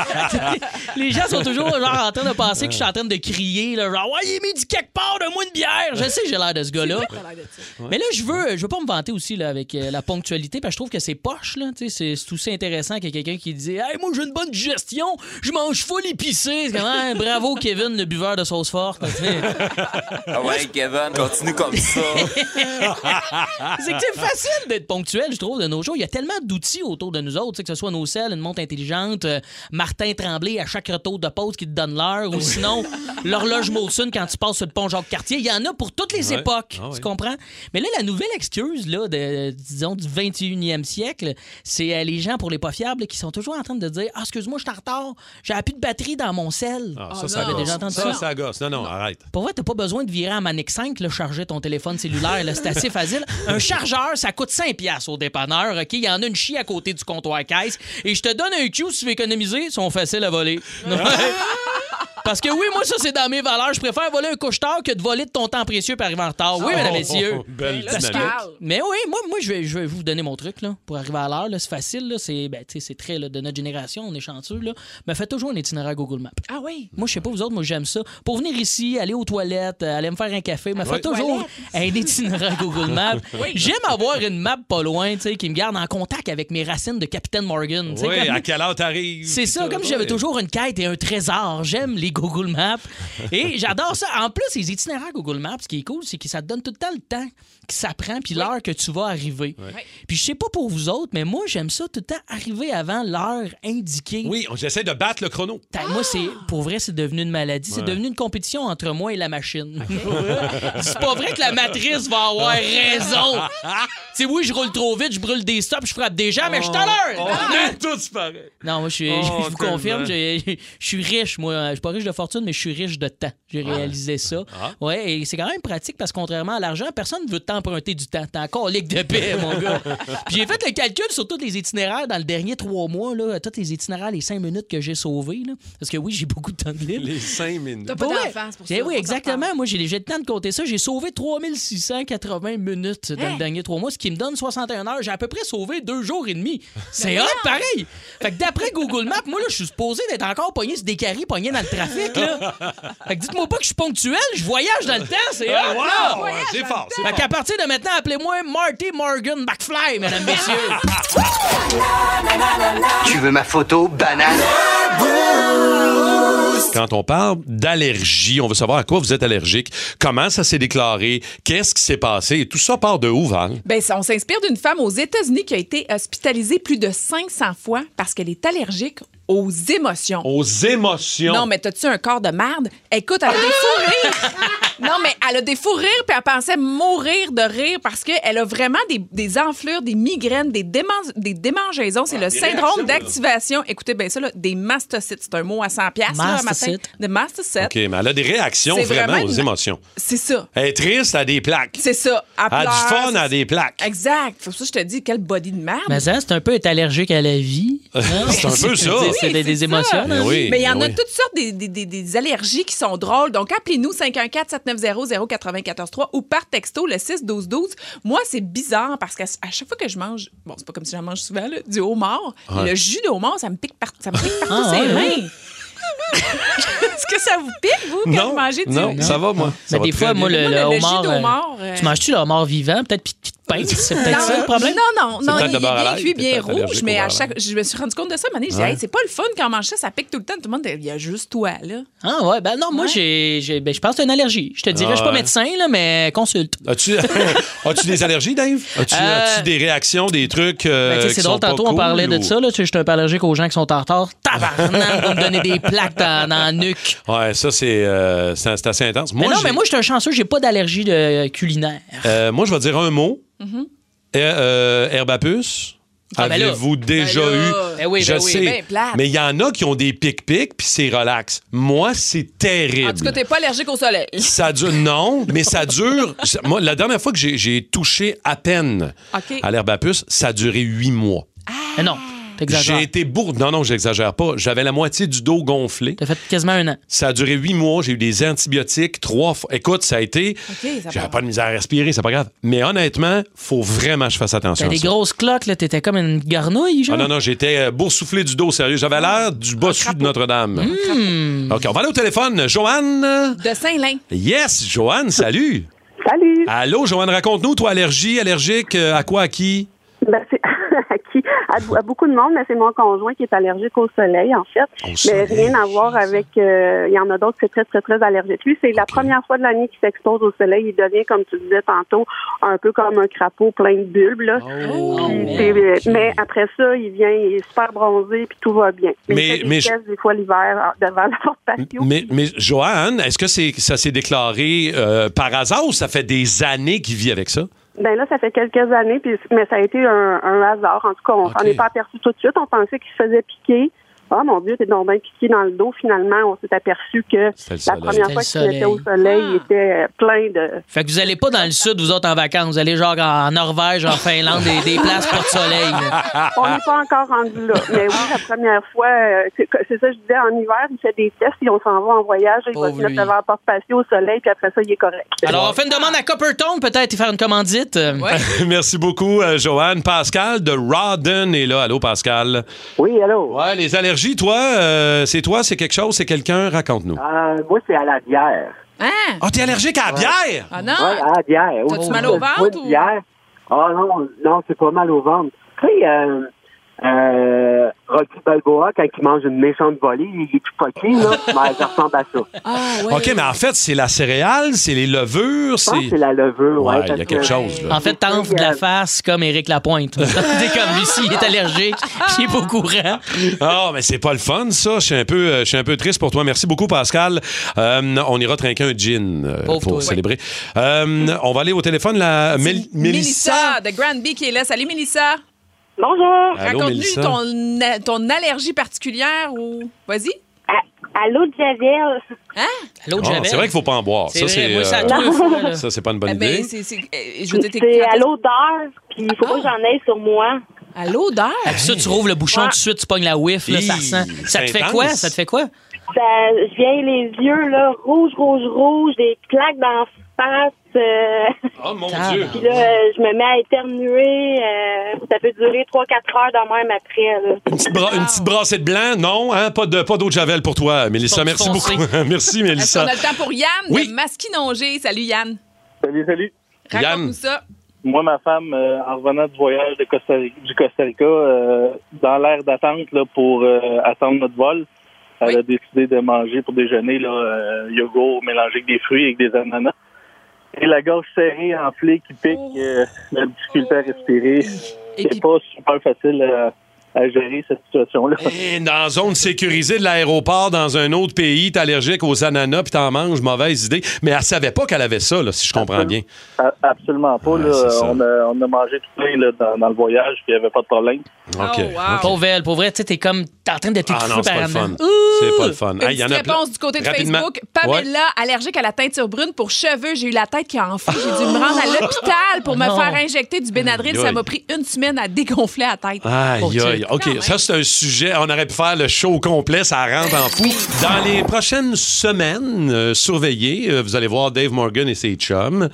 Speaker 3: les gens sont toujours genre en train de penser que je suis en train de crier, là, genre, ouais, il est mis du quelque part, donne-moi une bière. Je sais, j'ai l'air de ce gars-là. Mais là, je veux, je veux pas me vanter aussi là, avec euh, la ponctualité, parce que je trouve que c'est poche. Là, tu sais, c'est c'est aussi intéressant que quelqu'un qui dit Hey, moi, j'ai une bonne digestion, je mange full épicé. C'est comme, Hein, bravo, Kevin, le buveur de sauce forte. Tu sais.
Speaker 13: ouais, Kevin, continue comme ça.
Speaker 3: c'est que c'est facile d'être ponctuel, je trouve, de nos jours. Il y a tellement d'outils autour de nous autres, tu sais, que ce soit nos selles, une montre intelligente, euh, Martin Tremblay à chaque retour de pause qui te donne l'heure, ou sinon l'horloge Molson quand tu passes sur le pont Jacques-Cartier. Il y en a pour toutes les
Speaker 5: Ouais.
Speaker 3: époques,
Speaker 5: Ah ouais.
Speaker 3: tu comprends? Mais là, la nouvelle excuse, là, de, disons, du 21e siècle, c'est euh, les gens pour les pas fiables là, qui sont toujours en train de dire Ah, excuse-moi, je suis en retard, j'ai plus de batterie dans mon sel.
Speaker 2: Ah, ça, ça
Speaker 3: Vous avez
Speaker 2: gosse.
Speaker 3: déjà entendu
Speaker 2: Ça, ça gosse. Non, non, arrête.
Speaker 3: pour vrai, t'as pas besoin de virer à Manic 5, là, charger ton téléphone cellulaire, là, c'est assez facile. Un chargeur, ça coûte 5 piastres au dépanneur, OK? Il y en a une chie à côté du comptoir caisse. Et je te donne un Q si tu veux économiser, ils sont faciles à voler. <laughs> Parce que oui, moi, ça, c'est dans mes valeurs. Je préfère voler un couche-tard que de voler de ton temps précieux par arriver en retard. Oui,
Speaker 2: Oh,
Speaker 3: mesdames et messieurs.
Speaker 2: belle
Speaker 3: Parce que-
Speaker 2: dynamique.
Speaker 3: Mais oui, moi, moi je, vais, je vais vous donner mon truc là, pour arriver à l'heure. là. C'est facile. là. C'est ben, tu sais, c'est très là, de notre génération. On est chanceux. Là. Mais faites toujours un itinéraire Google Maps.
Speaker 4: Ah oui?
Speaker 3: Moi, je sais pas vous autres, moi, j'aime ça. Pour venir ici, aller aux toilettes, euh, aller me faire un café,
Speaker 4: Ouais.
Speaker 3: mais faites toujours un itinéraire Google Maps.
Speaker 2: <laughs> Oui.
Speaker 3: J'aime avoir une map pas loin tu sais, qui me garde en contact avec mes racines de Capitaine Morgan. tu sais,
Speaker 2: Oui,
Speaker 3: comme-
Speaker 2: à quelle heure t'arrives?
Speaker 3: c'est ça, comme j'avais toujours une quête et un trésor. J'aime les Google Maps. Et j'adore ça. En plus, les itinéraires Google Maps, ce qui est cool, c'est que ça te donne tout le temps le temps que ça prend puis l'heure que tu vas arriver. Puis je sais pas pour vous autres, mais moi, j'aime ça tout le temps arriver avant l'heure indiquée.
Speaker 2: Oui, on- j'essaie de battre le chrono.
Speaker 3: T'as- Moi, c'est pour vrai, c'est devenu une maladie. C'est
Speaker 2: Ouais.
Speaker 3: devenu une compétition entre moi et la machine. <laughs> c'est pas vrai que la matrice va avoir raison. <laughs> Tu sais, oui, je roule trop vite, je brûle des stops, je frappe des gens, mais je suis à
Speaker 14: Oh.
Speaker 3: l'heure.
Speaker 2: Tout se paraît.
Speaker 3: Non, moi, je, suis-
Speaker 2: Oh,
Speaker 3: je vous
Speaker 2: tellement.
Speaker 3: confirme, je, je suis riche, moi. Je suis pas riche de fortune, mais je suis riche de temps. J'ai
Speaker 2: Ah.
Speaker 3: réalisé ça.
Speaker 2: Ah.
Speaker 3: Ouais, et c'est quand même pratique parce que contrairement à l'argent, personne ne veut t'emprunter du temps. T'es encore ligue de paix,
Speaker 2: <laughs>
Speaker 3: mon gars. Puis j'ai fait le calcul sur tous les itinéraires dans le dernier trois mois, là, tous les itinéraires, les cinq minutes que j'ai sauvés. là. Parce que oui, j'ai beaucoup de temps de libre.
Speaker 2: Les cinq minutes.
Speaker 3: Bah ouais.
Speaker 15: d'enfance pour
Speaker 3: Eh
Speaker 15: ça,
Speaker 3: Oui,
Speaker 15: on
Speaker 3: exactement. Moi, j'ai déjà le temps de compter ça. J'ai sauvé 3680 minutes dans
Speaker 15: Hein?
Speaker 3: le dernier trois mois, ce qui me donne 61 heures. J'ai à peu près sauvé deux jours et demi.
Speaker 15: Ben
Speaker 3: C'est hot, pareil. Fait que d'après Google Maps, moi, là, je suis supposé d'être encore pogné sur des carrés, pogné dans le trafic, là. Fait que dites-moi pas que je suis ponctuel. Je voyage dans le temps. C'est hot,
Speaker 2: Ah,
Speaker 3: là.
Speaker 2: wow! Ouais, C'est fort, c'est
Speaker 3: Fait
Speaker 2: fort.
Speaker 3: qu'à partir de maintenant, appelez-moi Marty Morgan Backfly,
Speaker 15: <laughs>
Speaker 3: mesdames, messieurs.
Speaker 12: Tu veux ma photo, banane?
Speaker 2: Quand on parle d'allergie, on veut savoir à quoi vous êtes allergique, comment ça s'est déclaré, qu'est-ce qui s'est passé, et tout ça part de où, Val?
Speaker 4: Ben, ça, on s'inspire d'une femme aux États-Unis qui a été hospitalisée plus de 500 fois parce qu'elle est allergique aux émotions.
Speaker 2: Aux émotions.
Speaker 4: Non, mais t'as-tu un corps de merde? Écoute, elle a des fous
Speaker 2: <laughs>
Speaker 4: rires. Non, mais elle a des fous rires, puis elle pensait mourir de rire parce qu'elle a vraiment des, des enflures, des migraines, des, démen- des démangeaisons.
Speaker 2: Ah,
Speaker 4: C'est le
Speaker 15: des
Speaker 4: syndrome
Speaker 15: réactions, là.
Speaker 4: d'activation. Écoutez bien ça, là, des mastocytes. C'est un mot à 100 piastres, là, un matin.
Speaker 2: Mastocytes.
Speaker 4: Des mastocytes.
Speaker 2: OK, mais elle a des réactions
Speaker 4: C'est
Speaker 2: vraiment,
Speaker 4: vraiment
Speaker 2: aux
Speaker 4: une-
Speaker 2: émotions.
Speaker 4: C'est ça.
Speaker 2: Elle est triste, elle a des plaques.
Speaker 4: C'est ça. Elle
Speaker 2: Elle a Ah, du
Speaker 4: pleure,
Speaker 2: fun,
Speaker 4: c'est
Speaker 2: elle a des plaques.
Speaker 4: Exact. Faut ça que je te dis, quel body de merde.
Speaker 3: Mais ça, c'est un peu être allergique à la vie. hein?
Speaker 2: C'est un peu ça.
Speaker 3: C'est- C'est des,
Speaker 2: Oui,
Speaker 3: des
Speaker 2: c'est ça.
Speaker 3: émotions. hein?
Speaker 2: Oui,
Speaker 4: Mais il y en
Speaker 2: ben
Speaker 4: a
Speaker 2: oui.
Speaker 4: toutes sortes des, des- des- des allergies qui sont drôles. Donc, appelez-nous 514-790-0943 ou par texto le 6-12-12. Moi, c'est bizarre parce qu'à à chaque fois que je mange, bon, c'est pas comme si j'en mange souvent, là, du homard,
Speaker 15: Ouais.
Speaker 4: le jus de homard, ça me pique, par- ça me pique partout
Speaker 15: Ah,
Speaker 4: ses
Speaker 15: ouais,
Speaker 4: mains. <laughs>
Speaker 15: hein?
Speaker 4: Est-ce que ça vous pique, vous, quand vous mangez du
Speaker 3: Non, ça
Speaker 2: va, moi.
Speaker 3: Mais des fois, moi, le,
Speaker 4: Moi,
Speaker 3: le
Speaker 4: le- le jus
Speaker 3: homard. euh,
Speaker 4: d'homard, euh,
Speaker 3: Tu manges-tu le homard vivant? Peut-être puis tu te peintes, c'est peut-être ça le problème?
Speaker 4: Non, non,
Speaker 3: C'est
Speaker 4: non,
Speaker 3: peut-être
Speaker 4: il
Speaker 3: le
Speaker 4: est
Speaker 3: beurre à
Speaker 4: bien
Speaker 3: l'ail,
Speaker 4: cuit, bien
Speaker 3: peut-être
Speaker 4: rouge,
Speaker 3: allergique au
Speaker 4: mais
Speaker 3: beurre
Speaker 4: à
Speaker 3: à
Speaker 4: chaque. Je me suis rendu compte de ça, Mané. J'ai dit,
Speaker 3: Ouais.
Speaker 4: hey, c'est pas le fun quand on mange ça, ça pique tout le temps. Tout le monde, il y a juste toi, là.
Speaker 3: Ah ouais, ben non, moi j'ai, j'ai- ben, je pense que c'est une allergie. Je te dirais, je suis
Speaker 2: Ah
Speaker 3: pas
Speaker 2: ouais.
Speaker 3: médecin là, mais consulte.
Speaker 2: As-tu <laughs> as-tu des allergies, Dave? As-tu
Speaker 3: Euh,
Speaker 2: as-tu des réactions, des trucs. euh,
Speaker 3: Ben, tu sais,
Speaker 2: qui
Speaker 3: c'est drôle,
Speaker 2: sont pas
Speaker 3: tantôt on
Speaker 2: cool
Speaker 3: parlait de
Speaker 2: ou-
Speaker 3: ça là, tu sais, je suis un peu allergique aux gens qui sont
Speaker 2: <laughs>
Speaker 3: en retard. Tabarnak, on me donner des plaques dans, dans la nuque.
Speaker 2: Ouais, ça, c'est euh, c'est c'est assez intense. Moi,
Speaker 3: mais non,
Speaker 2: j'ai-
Speaker 3: mais moi je suis un chanceux, j'ai pas d'allergie de culinaire.
Speaker 2: euh, moi, je vais dire un mot. Eh, euh, herbe à puce.
Speaker 3: Mm-hmm. Ah, ben là.
Speaker 2: Avez-vous déjà
Speaker 3: Ben là.
Speaker 2: eu?
Speaker 3: Ben oui, ben
Speaker 2: je
Speaker 3: oui,
Speaker 2: sais.
Speaker 3: ben plate.
Speaker 2: mais il y en a qui ont des pic-pic, puis c'est relax. Moi, c'est
Speaker 3: Eh
Speaker 2: terrible.
Speaker 4: En tout cas, t'es pas allergique au soleil.
Speaker 2: Ça dure, non, mais ça dure. <laughs> ça- Moi, la dernière fois que j'ai- j'ai touché à peine
Speaker 4: OK.
Speaker 2: à l'herbe à puce, ça a duré huit mois.
Speaker 3: Mais non, t'exagères.
Speaker 2: J'ai été bourre. Non, non, j'exagère pas. J'avais la moitié du dos gonflé.
Speaker 3: T'as fait quasiment un an.
Speaker 2: Ça a duré huit mois. J'ai eu des antibiotiques trois fois. Écoute, ça a été.
Speaker 3: ça
Speaker 2: J'avais pas de misère à respirer, c'est pas grave. Mais honnêtement, faut vraiment que je fasse attention.
Speaker 3: T'as
Speaker 2: à
Speaker 3: des
Speaker 2: ça.
Speaker 3: grosses cloques là, t'étais comme une garnouille genre.
Speaker 2: Ah non, non, j'étais euh, boursouflé du dos, sérieux. J'avais l'air du bossu de Notre-Dame. OK, on va aller au téléphone. Joanne.
Speaker 4: De Saint-Lin.
Speaker 2: Yes, Joanne, salut.
Speaker 16: <laughs> Salut.
Speaker 2: Allô, Joanne, raconte-nous, toi, allergie, allergique, euh, à quoi, à qui?
Speaker 16: Ben, c'est- à, qui- à bou- à beaucoup de monde, mais c'est mon conjoint qui est allergique au soleil, en fait. mais rien à voir avec. euh, Il y en a d'autres qui sont très, très, très allergiques. Lui, c'est la première fois de l'année qu'il s'expose au soleil. Il devient, comme tu disais tantôt, un peu comme un crapaud plein de bulbes. Là. Puis c'est- Mais après ça, il vient, il est super bronzé, puis tout va bien.
Speaker 2: Mais-
Speaker 16: il fait des
Speaker 2: mais je-
Speaker 16: tests des fois l'hiver euh, devant la porte patio.
Speaker 2: Mais, mais Joanne, est-ce que c'est, ça s'est déclaré euh, par hasard ou ça fait des années qu'il vit avec ça?
Speaker 16: Ben là, ça fait quelques années, puis, mais ça a été un, un hasard. En tout cas, on s'en est pas aperçu tout de suite. On pensait qu'il se faisait piquer. Ah mon Dieu, t'es donc bien piqué dans le dos. Finalement, on s'est aperçu que la
Speaker 3: C'était le soleil.
Speaker 16: première fois
Speaker 3: C'était le
Speaker 16: qu'il était au soleil, il était euh, plein de.
Speaker 3: Fait que vous allez pas dans le sud, vous autres, en vacances. Vous allez genre en Norvège, en Finlande, des, des places pour le soleil. là.
Speaker 16: On n'est pas encore rendu là. Mais oui, la première fois, euh, c'est c'est ça, je disais, en hiver, il fait des tests, et on s'en va en voyage, et il va se
Speaker 3: Pauvre
Speaker 16: mettre
Speaker 3: lui.
Speaker 16: devant la porte patio au soleil, puis après ça, il est correct.
Speaker 3: Alors, on fait une demande à Copperton, peut-être, y faire une commandite.
Speaker 2: <laughs> Merci beaucoup, euh, Joanne. Pascal de Rodden est là. Allô, Pascal.
Speaker 15: Oui, allô.
Speaker 2: Ouais, les allergies, toi, euh, c'est toi, c'est quelque chose, c'est quelqu'un, raconte-nous.
Speaker 4: Ah.
Speaker 15: Euh, moi, c'est à la bière.
Speaker 4: Hein?
Speaker 2: Ah, t'es allergique à la bière?
Speaker 4: Ah non?
Speaker 15: Oui, à la bière.
Speaker 4: T'as-tu
Speaker 15: Oh,
Speaker 4: mal au
Speaker 15: je bois
Speaker 4: ventre
Speaker 15: de
Speaker 4: ou-
Speaker 15: bière. Ah non, non, c'est pas mal au ventre. Tu sais, euh, euh, Rocky Balboa, quand il mange une méchante volée, il est tout poqué,
Speaker 10: <laughs>
Speaker 15: là. ben, ça ressemble à ça.
Speaker 2: OK, mais en fait, c'est la céréale, c'est les levures,
Speaker 15: pense
Speaker 2: c'est.
Speaker 15: que Ah, c'est la levure, ouais,
Speaker 2: Il y a
Speaker 15: parce
Speaker 2: quelque
Speaker 15: que-
Speaker 2: chose, là.
Speaker 3: En fait, t'enfles de la face comme
Speaker 2: <laughs>
Speaker 3: Éric Lapointe. T'es comme lui, s'il est allergique, puis il est pas au courant.
Speaker 2: Ah, mais c'est pas le fun, ça. Je suis un peu, euh, je suis un peu triste pour toi. Merci beaucoup, Pascal. Euh, on ira trinquer un gin euh,
Speaker 4: Pauvre
Speaker 2: pour
Speaker 4: toi.
Speaker 2: célébrer. Euh, on va aller au téléphone, la Mél- Mélissa.
Speaker 4: Mélissa de Granby qui est là. Salut, Mélissa.
Speaker 17: Bonjour.
Speaker 2: Allô,
Speaker 4: Raconte-nous
Speaker 2: Mélissa.
Speaker 4: ton, a- ton allergie particulière ou. Vas-y.
Speaker 17: À l'eau de Javel.
Speaker 4: Hein?
Speaker 2: Ah, c'est vrai qu'il faut pas en boire.
Speaker 4: C'est
Speaker 2: Ça,
Speaker 4: vrai,
Speaker 2: c'est
Speaker 4: moi, ça
Speaker 2: <laughs>
Speaker 4: a
Speaker 2: euh,
Speaker 4: tous les fois, là.
Speaker 2: ça, c'est pas une bonne
Speaker 4: Eh ben,
Speaker 2: idée.
Speaker 4: c'est- c'est- euh, je veux dire, t'es-
Speaker 17: C'est à l'odeur, puis il faut pas que j'en aie sur moi.
Speaker 4: À l'odeur?
Speaker 3: Puis ça, tu rouvres le bouchon tout de suite, tu pognes la whiff, là, ça
Speaker 17: Hi,
Speaker 3: sent. Ça te
Speaker 17: c'est
Speaker 3: fait
Speaker 17: intense.
Speaker 3: quoi? Ça te fait quoi?
Speaker 17: Ça, je viens les yeux, là, rouge, rouge, rouge, des claques dans la face. euh, <laughs>
Speaker 2: Oh mon
Speaker 3: Dieu.
Speaker 17: Puis là, euh, je me mets à éternuer. euh, ça peut durer 3-4 heures de même après, là.
Speaker 2: Une petite, bra- une petite brassée de blanc, non? hein? Pas de pas d'eau de javel pour toi, Mélissa.
Speaker 4: Pas du
Speaker 2: Merci
Speaker 4: foncé.
Speaker 2: beaucoup. <laughs> Merci,
Speaker 4: Est-ce qu'on
Speaker 2: Mélissa.
Speaker 4: a le temps pour Yann
Speaker 2: Oui.
Speaker 4: de Masquinongé? Salut, Yann.
Speaker 18: Salut, salut.
Speaker 4: Raconte-nous ça.
Speaker 18: Moi, ma femme, euh, en revenant du voyage de Costa, du Costa Rica, euh, dans l'air d'attente là, pour euh, attendre notre vol, elle a décidé de manger pour déjeuner là, euh, yogourt mélangé avec des fruits et avec des ananas. Et la gorge serrée, enflée, qui pique, euh, la difficulté à respirer. C'est pas super facile euh, à gérer cette situation-là.
Speaker 2: Et Eh, dans zone sécurisée de l'aéroport, dans un autre pays, t'es allergique aux ananas puis t'en manges, mauvaise idée. Mais elle savait pas qu'elle avait ça, là, si je comprends bien.
Speaker 18: A- Absolument pas. là.
Speaker 2: c'est ça.
Speaker 18: on, a, on a mangé tout plein là, dans, dans le voyage, puis il n'y avait pas de problème.
Speaker 4: Oh,
Speaker 2: OK.
Speaker 3: Pauvre elle, pour vrai, tu sais, t'es comme. T'es en train de
Speaker 2: Ah
Speaker 3: t'étouffer
Speaker 2: non, c'est
Speaker 3: par
Speaker 2: pas le fun.
Speaker 3: ananas.
Speaker 2: C'est pas le fun.
Speaker 4: Une
Speaker 2: Hey, y en
Speaker 4: petite
Speaker 2: a plein-
Speaker 4: réponse du côté de
Speaker 2: Rapidement.
Speaker 4: Facebook.
Speaker 2: Ouais.
Speaker 4: Pamela, allergique à la teinture brune pour cheveux. J'ai eu la tête qui a enflé. J'ai dû me rendre à l'hôpital
Speaker 3: Ah,
Speaker 4: pour me
Speaker 2: Non.
Speaker 4: faire injecter du
Speaker 2: Aïe,
Speaker 4: Benadryl. Ça
Speaker 2: aïe. Ah.
Speaker 4: m'a pris une semaine à dégonfler la tête.
Speaker 2: Aïe,
Speaker 4: Pour
Speaker 2: aïe.
Speaker 4: dire.
Speaker 2: OK, ça, c'est un sujet. On aurait pu faire le show complet, ça rentre en fou. Dans les prochaines semaines, euh, surveillez, euh, vous allez voir Dave Morgan et ses chums.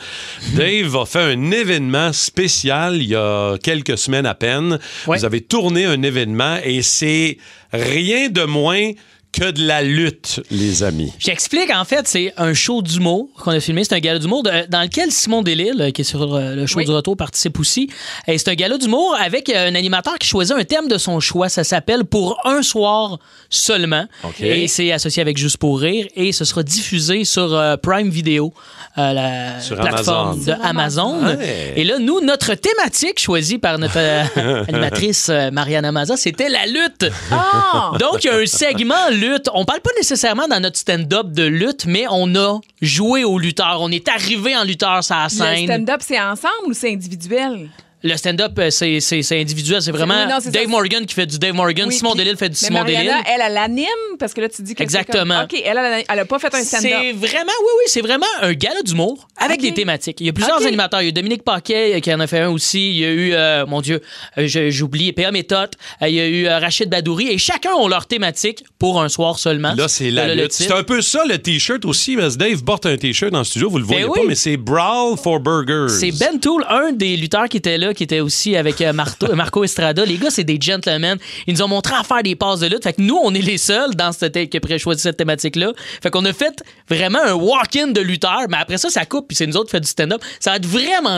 Speaker 2: Dave a fait un événement spécial il y a quelques semaines à peine. Vous avez tourné un événement et c'est rien de moins que de la lutte, les amis.
Speaker 3: J'explique, en fait, c'est un show d'humour qu'on a filmé. C'est un gala d'humour de- dans lequel Simon Delille, euh, qui est sur euh, le show du retour, participe aussi. Et c'est un gala d'humour avec euh, un animateur qui choisit un thème de son choix. Ça s'appelle Pour un soir seulement.
Speaker 14: OK.
Speaker 3: Et c'est associé avec Juste pour rire. Et ce sera diffusé sur euh, Prime Video, euh, la
Speaker 2: Sur
Speaker 3: plateforme
Speaker 2: Amazon.
Speaker 3: de
Speaker 2: Sur Amazon.
Speaker 3: Amazon.
Speaker 2: Ouais.
Speaker 3: Et là, nous, notre thématique choisie par notre
Speaker 2: <laughs>
Speaker 3: euh, animatrice euh, Mariana Maza, c'était la lutte.
Speaker 2: Ah!
Speaker 3: <laughs> Donc, il y a un segment lutte. On parle pas nécessairement dans notre stand-up de lutte, mais on a joué au lutteur. On est arrivé en lutteur sur la
Speaker 4: Le
Speaker 3: scène.
Speaker 4: stand-up, c'est ensemble ou c'est individuel?
Speaker 3: Le stand-up, euh, c'est c'est- c'est individuel. C'est vraiment
Speaker 4: Oui, non, c'est
Speaker 3: Dave
Speaker 4: ça.
Speaker 3: Morgan qui fait du Dave Morgan.
Speaker 4: Oui,
Speaker 3: Simon
Speaker 4: puis-
Speaker 3: Delille fait du
Speaker 4: mais
Speaker 3: Simon Delille.
Speaker 4: Mariana, elle, elle anime parce que là, tu dis que. c'est
Speaker 3: Exactement.
Speaker 4: comme- OK, elle, elle, elle a pas fait un stand-up.
Speaker 3: C'est vraiment, oui, oui, c'est vraiment un gala d'humour avec des thématiques. Il y a plusieurs animateurs. Il y a Dominique Paquet euh, qui en a fait un aussi. Il y a eu, euh, mon Dieu, euh, je- j'oublie, P.A. Méthode. Euh, il y a eu euh, Rachid Badouri. Et chacun ont leur thématique pour un soir seulement.
Speaker 2: Là, c'est la
Speaker 3: Voilà le
Speaker 2: lutte. C'est
Speaker 3: titre.
Speaker 2: un peu ça, le T-shirt aussi. parce que Dave porte un T-shirt dans le studio, vous le voyez
Speaker 3: oui.
Speaker 2: pas, mais c'est Brawl for Burgers.
Speaker 3: C'est Ben Tool, un des lutteurs qui était là, qui était aussi avec euh, Marto- Marco Estrada. Les gars, c'est des gentlemen. Ils nous ont montré à faire des passes de lutte. Fait que nous, on est les seuls dans cette thé- qui a choisi cette thématique-là. Fait qu'on a fait vraiment un walk-in de lutteurs. Mais après ça, ça coupe. Puis c'est nous autres qui fait du stand-up. Ça va être vraiment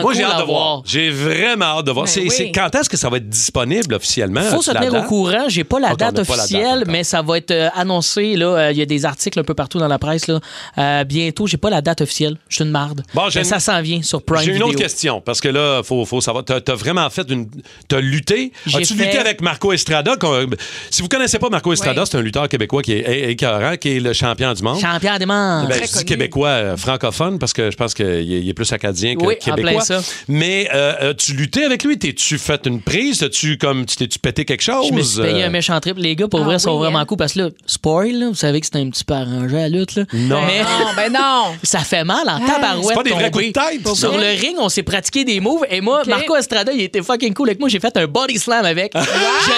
Speaker 2: Moi,
Speaker 3: cool
Speaker 2: j'ai hâte
Speaker 3: à
Speaker 2: de voir. J'ai vraiment hâte de voir.
Speaker 3: Ben
Speaker 2: C'est-
Speaker 3: oui.
Speaker 2: c'est- Quand est-ce que ça va être disponible officiellement?
Speaker 3: Faut se
Speaker 2: Ah, la
Speaker 3: tenir au
Speaker 2: date?
Speaker 3: courant. J'ai pas la
Speaker 2: Ok,
Speaker 3: date
Speaker 2: on a pas la date
Speaker 3: officielle, mais ça va être euh, annoncé. Là, Euh, il y a des articles un peu partout dans la presse. Là. Euh, bientôt, j'ai pas la date officielle. Je suis une marde.
Speaker 2: Bon, j'ai
Speaker 3: Mais
Speaker 2: une-
Speaker 3: ça s'en vient sur Prime
Speaker 2: J'ai une autre
Speaker 3: Video.
Speaker 2: question, parce que là, faut, faut savoir. T'as- t'as vraiment fait une. T'as lutté.
Speaker 11: J'ai
Speaker 2: As-tu
Speaker 11: fait-
Speaker 2: lutté avec Marco Estrada? qu'on- Si vous connaissez pas Marco Estrada, c'est un lutteur québécois qui est é- écœurant, qui est le champion du monde.
Speaker 3: Champion des mondes.
Speaker 2: Ben, je dis québécois euh, francophone parce que je pense qu'il est, il est plus acadien que
Speaker 3: Oui, en
Speaker 2: québécois.
Speaker 3: plein ça.
Speaker 2: Mais euh, tu luttais avec lui, t'es-tu fait une prise, t'as-tu comme tu t'es-tu pété quelque chose
Speaker 3: Je me suis payé
Speaker 2: Euh,
Speaker 3: un méchant trip. Les gars, pour
Speaker 4: Ah
Speaker 3: vrai, sont
Speaker 4: hein.
Speaker 3: vraiment cool parce que là, spoil, là, vous savez que c'était un petit peu arrangé à la lutte. Là.
Speaker 2: Non.
Speaker 3: Mais <laughs>
Speaker 4: Non, ben non.
Speaker 3: ça fait mal en
Speaker 4: Ah.
Speaker 3: tabarouette.
Speaker 4: C'est pas des vrais
Speaker 3: tomber.
Speaker 4: coups de tête,
Speaker 3: Sur
Speaker 4: ça.
Speaker 3: le ring, on s'est pratiqué des moves et moi,
Speaker 4: Ok.
Speaker 3: Marco Estrada, il était fucking cool avec moi. J'ai fait un body
Speaker 4: <laughs>
Speaker 3: slam avec. Je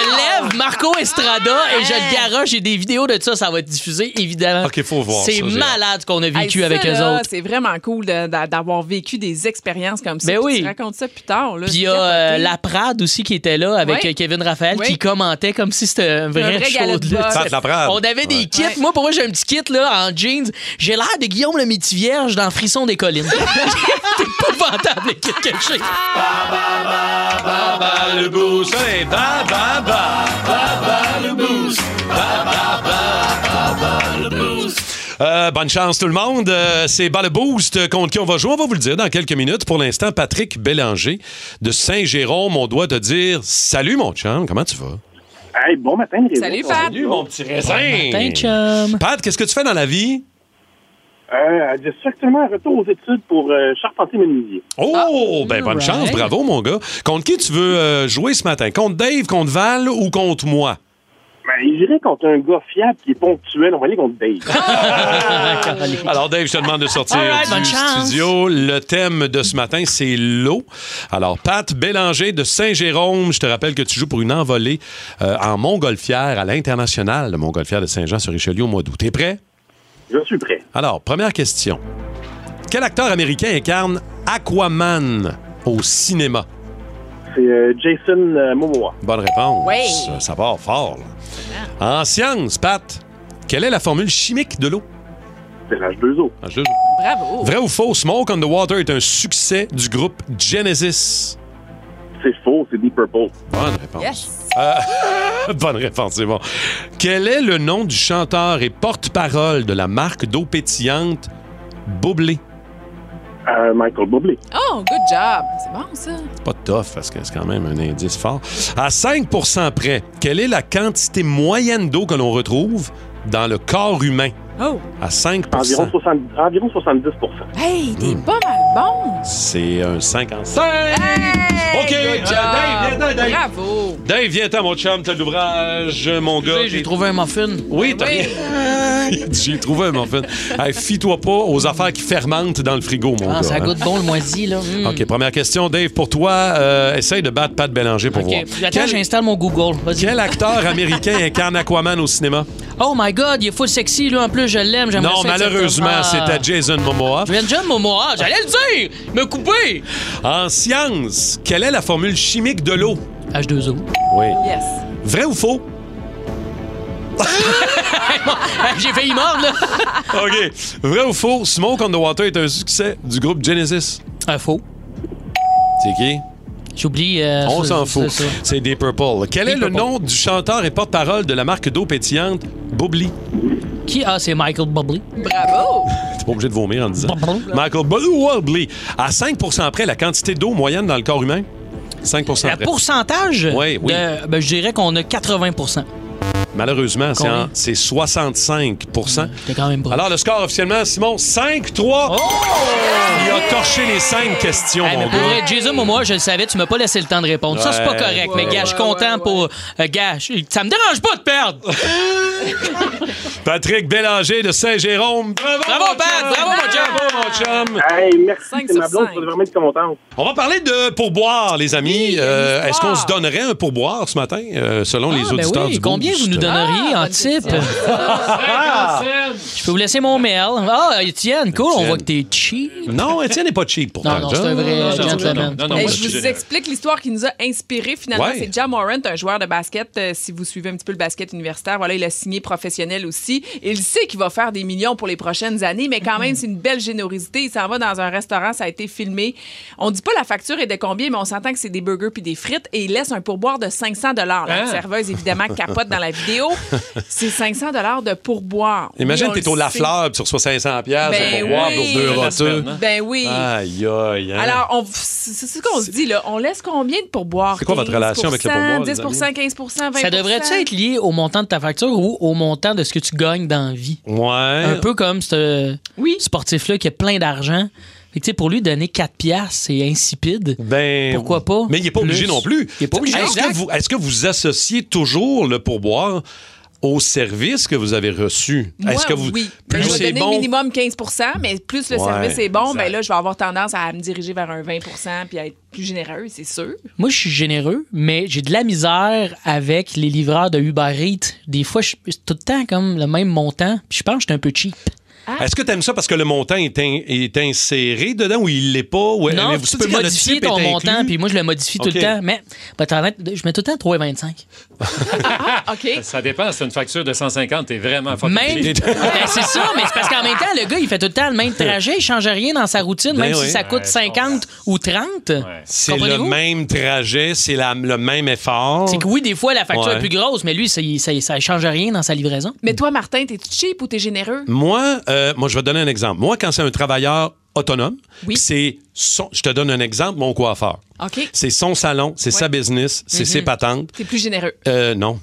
Speaker 3: lève Marco Estrada et je le garoche. J'ai des vidéos de ça. Ça va être diffusé, évidemment.
Speaker 2: OK, faut voir
Speaker 3: C'est
Speaker 2: ça, j'ai-
Speaker 3: malade ce qu'on a vécu
Speaker 4: Hey, ça,
Speaker 3: avec les
Speaker 4: là,
Speaker 3: autres.
Speaker 4: C'est vraiment cool de- d'a- d'avoir vécu des expériences comme ça.
Speaker 3: Ben
Speaker 4: Puis
Speaker 3: oui.
Speaker 4: Tu racontes ça plus tard. Là,
Speaker 3: Puis il y
Speaker 4: C'est
Speaker 3: a euh,
Speaker 4: capoté.
Speaker 3: la Prade aussi qui était là avec
Speaker 4: Oui.
Speaker 3: euh, Kevin Raphaël
Speaker 4: Oui.
Speaker 3: qui commentait comme si c'était un vrai,
Speaker 4: Un vrai
Speaker 3: show
Speaker 4: gala
Speaker 3: de
Speaker 4: de
Speaker 3: lutte.
Speaker 4: boxe. Pat Laprade.
Speaker 3: On avait des kits. Moi, pour moi, j'ai un petit kit là, en jeans. J'ai l'air de Guillaume le Métivierge dans Frisson des <laughs> collines. C'est épouvantable, les kits que j'ai.
Speaker 2: Baba le boost. Allez, baba, baba, baba le boost. Baba, baba, baba le boost. Euh, bonne chance tout le monde. Euh, c'est Bas le Boost contre qui on va jouer. On va vous le dire dans quelques minutes. Pour l'instant, Patrick Bélanger de Saint-Jérôme, on doit te dire salut mon chum, comment tu vas?
Speaker 10: Hey, bon matin, les
Speaker 4: Salut,
Speaker 10: autres.
Speaker 4: Pat.
Speaker 10: Salut, mon
Speaker 2: petit
Speaker 3: Matin, chum.
Speaker 2: Pat, qu'est-ce que tu fais dans la vie?
Speaker 10: Euh, je suis actuellement en retour aux études pour euh, charpentier menuisier.
Speaker 2: Oh, ben
Speaker 10: alright.
Speaker 2: bonne chance, bravo mon gars. Contre qui tu veux euh, jouer ce matin? Contre Dave, contre Val ou contre moi?
Speaker 10: Ben, j'irai contre un gars fiable qui est ponctuel. On va aller contre Dave.
Speaker 2: Alors, Dave, je te demande de sortir
Speaker 10: All right,
Speaker 2: du
Speaker 10: bonne chance.
Speaker 2: studio. Le thème de ce matin, c'est l'eau. Alors, Pat Bélanger de Saint-Jérôme, je te rappelle que tu joues pour une envolée euh, en montgolfière à l'international de montgolfière de Saint-Jean-sur-Richelieu au mois d'août. T'es prêt?
Speaker 10: Je suis prêt.
Speaker 2: Alors, première question. Quel acteur américain incarne Aquaman au cinéma?
Speaker 10: C'est euh, Jason euh, Momoa.
Speaker 2: Bonne réponse.
Speaker 10: Ouais.
Speaker 2: Ça, Ça part fort. là. En science, Pat, quelle est la formule chimique de l'eau? Ah,
Speaker 10: C'est l'H2O.
Speaker 2: H2O.
Speaker 4: Bravo.
Speaker 2: Vrai ou faux, Smoke on the Water est un succès du groupe Genesis?
Speaker 10: C'est faux, c'est Deep Purple.
Speaker 2: Bonne réponse. Euh, bonne réponse, c'est bon. Quel est le nom du chanteur et porte-parole de la marque d'eau pétillante Boblé?
Speaker 10: Euh, Michael Bublé.
Speaker 4: Oh, good job. C'est bon, ça.
Speaker 2: Pas tough, parce que c'est quand même un indice fort. À 5 près, quelle est la quantité moyenne d'eau que l'on retrouve dans le corps humain?
Speaker 4: Oh.
Speaker 2: À 5
Speaker 10: Environ, 70 environ 70
Speaker 4: Hey, t'es pas mal bon.
Speaker 2: C'est un 55.
Speaker 4: Hey,
Speaker 2: OK, euh,
Speaker 4: good job.
Speaker 2: Dave, viens, Dave, Dave.
Speaker 4: Bravo.
Speaker 2: Dave, viens-t'en, mon chum, t'as de l'ouvrage, mon gars.
Speaker 3: J'ai trouvé un muffin.
Speaker 2: Oui, t'as rien. <laughs> Il dit, J'ai trouvé un muffin. Hey, Fie-toi pas aux affaires qui fermentent dans le frigo, mon
Speaker 3: Ah,
Speaker 2: gars.
Speaker 3: ça
Speaker 2: hein.
Speaker 3: goûte bon le moisi, là. Mm.
Speaker 2: OK, première question, Dave, pour toi. euh, essaye de battre Pat Bélanger pour
Speaker 3: OK.
Speaker 2: voir.
Speaker 3: Attends,
Speaker 2: Quel
Speaker 3: j'installe mon Google. Vas-y.
Speaker 2: quel acteur
Speaker 3: <laughs>
Speaker 2: américain incarne Aquaman au cinéma?
Speaker 3: Oh my God, il est full sexy, là. En plus, je l'aime. j'aimerais
Speaker 2: Non,
Speaker 3: ça Ah. être
Speaker 2: malheureusement,
Speaker 3: cet homme.
Speaker 2: c'était Jason Momoa.
Speaker 3: Ah, John Momoa, j'allais le dire! Me couper!
Speaker 2: En science, quelle est la formule chimique de l'eau?
Speaker 3: H2O.
Speaker 2: Oui.
Speaker 4: Yes.
Speaker 2: Vrai ou
Speaker 3: <laughs>
Speaker 2: faux?
Speaker 3: Ah, J'ai failli mordre, là.
Speaker 2: OK. Vrai ou faux? Smoke on the Water est un succès du groupe Genesis.
Speaker 3: Un faux.
Speaker 2: C'est qui?
Speaker 3: J'oublie. euh,
Speaker 2: On
Speaker 3: ça,
Speaker 2: s'en
Speaker 3: ça,
Speaker 2: fout.
Speaker 3: ça.
Speaker 2: C'est Deep Purple. Quel est
Speaker 3: Deep
Speaker 2: le
Speaker 3: Purple.
Speaker 2: nom du chanteur et porte-parole de la marque d'eau pétillante Bubbly?
Speaker 3: Qui? Ah, c'est Michael Bublé.
Speaker 4: Bravo.
Speaker 2: T'es pas obligé de vomir en disant. Michael Bubbly. À 5 près, la quantité d'eau moyenne dans le corps humain? 5
Speaker 3: Le
Speaker 2: près.
Speaker 3: pourcentage?
Speaker 2: Oui, oui.
Speaker 3: de- ben, je dirais qu'on a 80
Speaker 2: Malheureusement, c'est
Speaker 3: Combien?
Speaker 2: en- c'est 65
Speaker 3: quand même
Speaker 2: Alors, le score officiellement, Simon, 5-3. Il a torché les 5 questions,
Speaker 3: Oh! Hey,
Speaker 2: mon
Speaker 3: mais
Speaker 2: gars.
Speaker 3: pour vrai, Jason, moi, moi, je le savais, tu m'as pas laissé le temps de répondre. Ça, c'est pas
Speaker 2: Ouais.
Speaker 3: correct, mais
Speaker 2: Ouais,
Speaker 3: gars, je suis content pour. euh, gars, je- ça me dérange pas de perdre!
Speaker 2: Patrick Bélanger de Saint-Jérôme. Bravo,
Speaker 3: Bravo,
Speaker 2: <laughs> mon
Speaker 3: Pat!
Speaker 2: chum!
Speaker 3: Bravo, mon
Speaker 2: Ah,
Speaker 3: chum!
Speaker 2: Bravo, mon chum!
Speaker 10: Hey, merci,
Speaker 4: Cinq
Speaker 10: c'est ma
Speaker 4: sur
Speaker 10: blonde,
Speaker 4: cinq.
Speaker 10: je vais vraiment être contente.
Speaker 2: On va parler de pourboire, les amis. Euh, Est-ce qu'on se donnerait un pourboire ce matin, euh, selon les
Speaker 3: Ben
Speaker 2: auditeurs
Speaker 3: oui,
Speaker 2: du
Speaker 3: combien
Speaker 2: Boost?
Speaker 3: vous nous donneriez en type? Je peux vous laisser mon mail. Ah, Étienne, cool, on voit que t'es cheap.
Speaker 2: Non, Étienne n'est pas cheap pour
Speaker 3: Non, non, c'est un vrai gentleman.
Speaker 4: Hey, je vous explique l'histoire qui nous a inspiré finalement.
Speaker 2: Ouais.
Speaker 4: C'est Jam Morant, un joueur de basket. euh, si vous suivez un petit peu le basket universitaire, voilà, il a signé professionnel aussi. Il sait qu'il va faire des millions pour les prochaines années, mais quand même, c'est une belle générosité. Il s'en va dans un restaurant, ça a été filmé. On dit pas la facture est de combien, mais on s'entend que c'est des burgers puis des frites et il laisse un pourboire de 500 dollars. La
Speaker 2: Hein? <laughs>
Speaker 4: serveuse évidemment capote dans la vidéo. C'est 500 dollars de pourboire.
Speaker 2: Imagine Imagine,
Speaker 4: on
Speaker 2: t'es
Speaker 4: le
Speaker 2: au La
Speaker 4: sait.
Speaker 2: Fleur, puis tu reçois 500 pièces
Speaker 4: Ben
Speaker 2: pour boire
Speaker 4: oui.
Speaker 2: pour deux
Speaker 4: La
Speaker 2: roteux.
Speaker 4: semaine, hein? Ben oui.
Speaker 2: Aïe, aïe, hein.
Speaker 4: Alors, on- c'est c'est ce qu'on se dit, là. On laisse combien de pourboire?
Speaker 2: C'est quoi votre relation avec le
Speaker 4: 15%,
Speaker 2: pourboire, les
Speaker 4: 10 15 20
Speaker 3: Ça devrait-tu être lié au montant de ta facture ou au montant de ce que tu gagnes dans la vie?
Speaker 2: Ouais.
Speaker 3: Un peu comme ce sportif-là qui a plein d'argent. Fait que, tu sais, pour lui, donner 4 piastres, c'est insipide.
Speaker 2: Ben,
Speaker 3: Pourquoi pas?
Speaker 2: Mais il n'est pas obligé
Speaker 3: Plus.
Speaker 2: non plus.
Speaker 3: Il est pas obligé.
Speaker 2: Est-ce que,
Speaker 3: Exact.
Speaker 2: vous, est-ce que vous associez toujours le pourboire au service que vous avez reçu?
Speaker 4: Moi,
Speaker 2: est-ce que vous,
Speaker 4: oui.
Speaker 2: Plus
Speaker 4: je vais
Speaker 2: c'est
Speaker 4: donner
Speaker 2: bon,
Speaker 4: minimum 15 mais plus le
Speaker 2: Ouais,
Speaker 4: service est bon,
Speaker 2: exact.
Speaker 4: ben là, je vais avoir tendance à me diriger vers un 20 puis à être plus généreux, c'est sûr.
Speaker 3: Moi, je suis généreux, mais j'ai de la misère avec les livreurs de Uber Eats. Des fois, je c'est tout le temps comme le même montant. Puis je pense que je suis un peu cheap.
Speaker 2: Est-ce que tu aimes ça parce que le montant est, in- est inséré dedans ou il l'est pas? Ou,
Speaker 3: non,
Speaker 2: mais
Speaker 3: tu,
Speaker 2: vous-
Speaker 3: peux
Speaker 2: tu sais, le
Speaker 3: modifier
Speaker 2: type est
Speaker 3: ton
Speaker 2: inclus.
Speaker 3: montant, puis moi, je le modifie tout
Speaker 2: OK.
Speaker 3: le temps. Mais, ben, t'en as- je mets tout le temps 3,25.
Speaker 4: Ah, OK.
Speaker 14: Ça dépend. C'est une facture de 150. T'es vraiment fucking
Speaker 3: Même.
Speaker 14: cheap.
Speaker 3: <laughs> Ben, c'est ça, mais c'est parce qu'en même temps, le gars, il fait tout le temps le même trajet, il change rien dans sa routine,
Speaker 2: Ben
Speaker 3: même
Speaker 2: oui.
Speaker 3: si ça coûte
Speaker 2: Ouais,
Speaker 3: 50 ou 30.
Speaker 2: C'est le
Speaker 3: Comprenez-vous?
Speaker 2: même trajet, c'est la- le même effort.
Speaker 3: C'est que oui, des fois, la facture
Speaker 2: Ouais.
Speaker 3: est plus grosse, mais lui, ça ne change rien dans sa livraison.
Speaker 4: Mais toi, Martin, t'es-tu cheap ou t'es généreux?
Speaker 2: Moi, euh, moi, je vais te donner un exemple. Moi, quand c'est un travailleur autonome,
Speaker 4: Oui.
Speaker 2: puis c'est son- je te donne un exemple, mon coiffeur.
Speaker 4: OK.
Speaker 2: C'est son salon, c'est sa business, c'est
Speaker 4: Mhm.
Speaker 2: ses patentes.
Speaker 4: T'es plus généreux.
Speaker 2: Euh, non.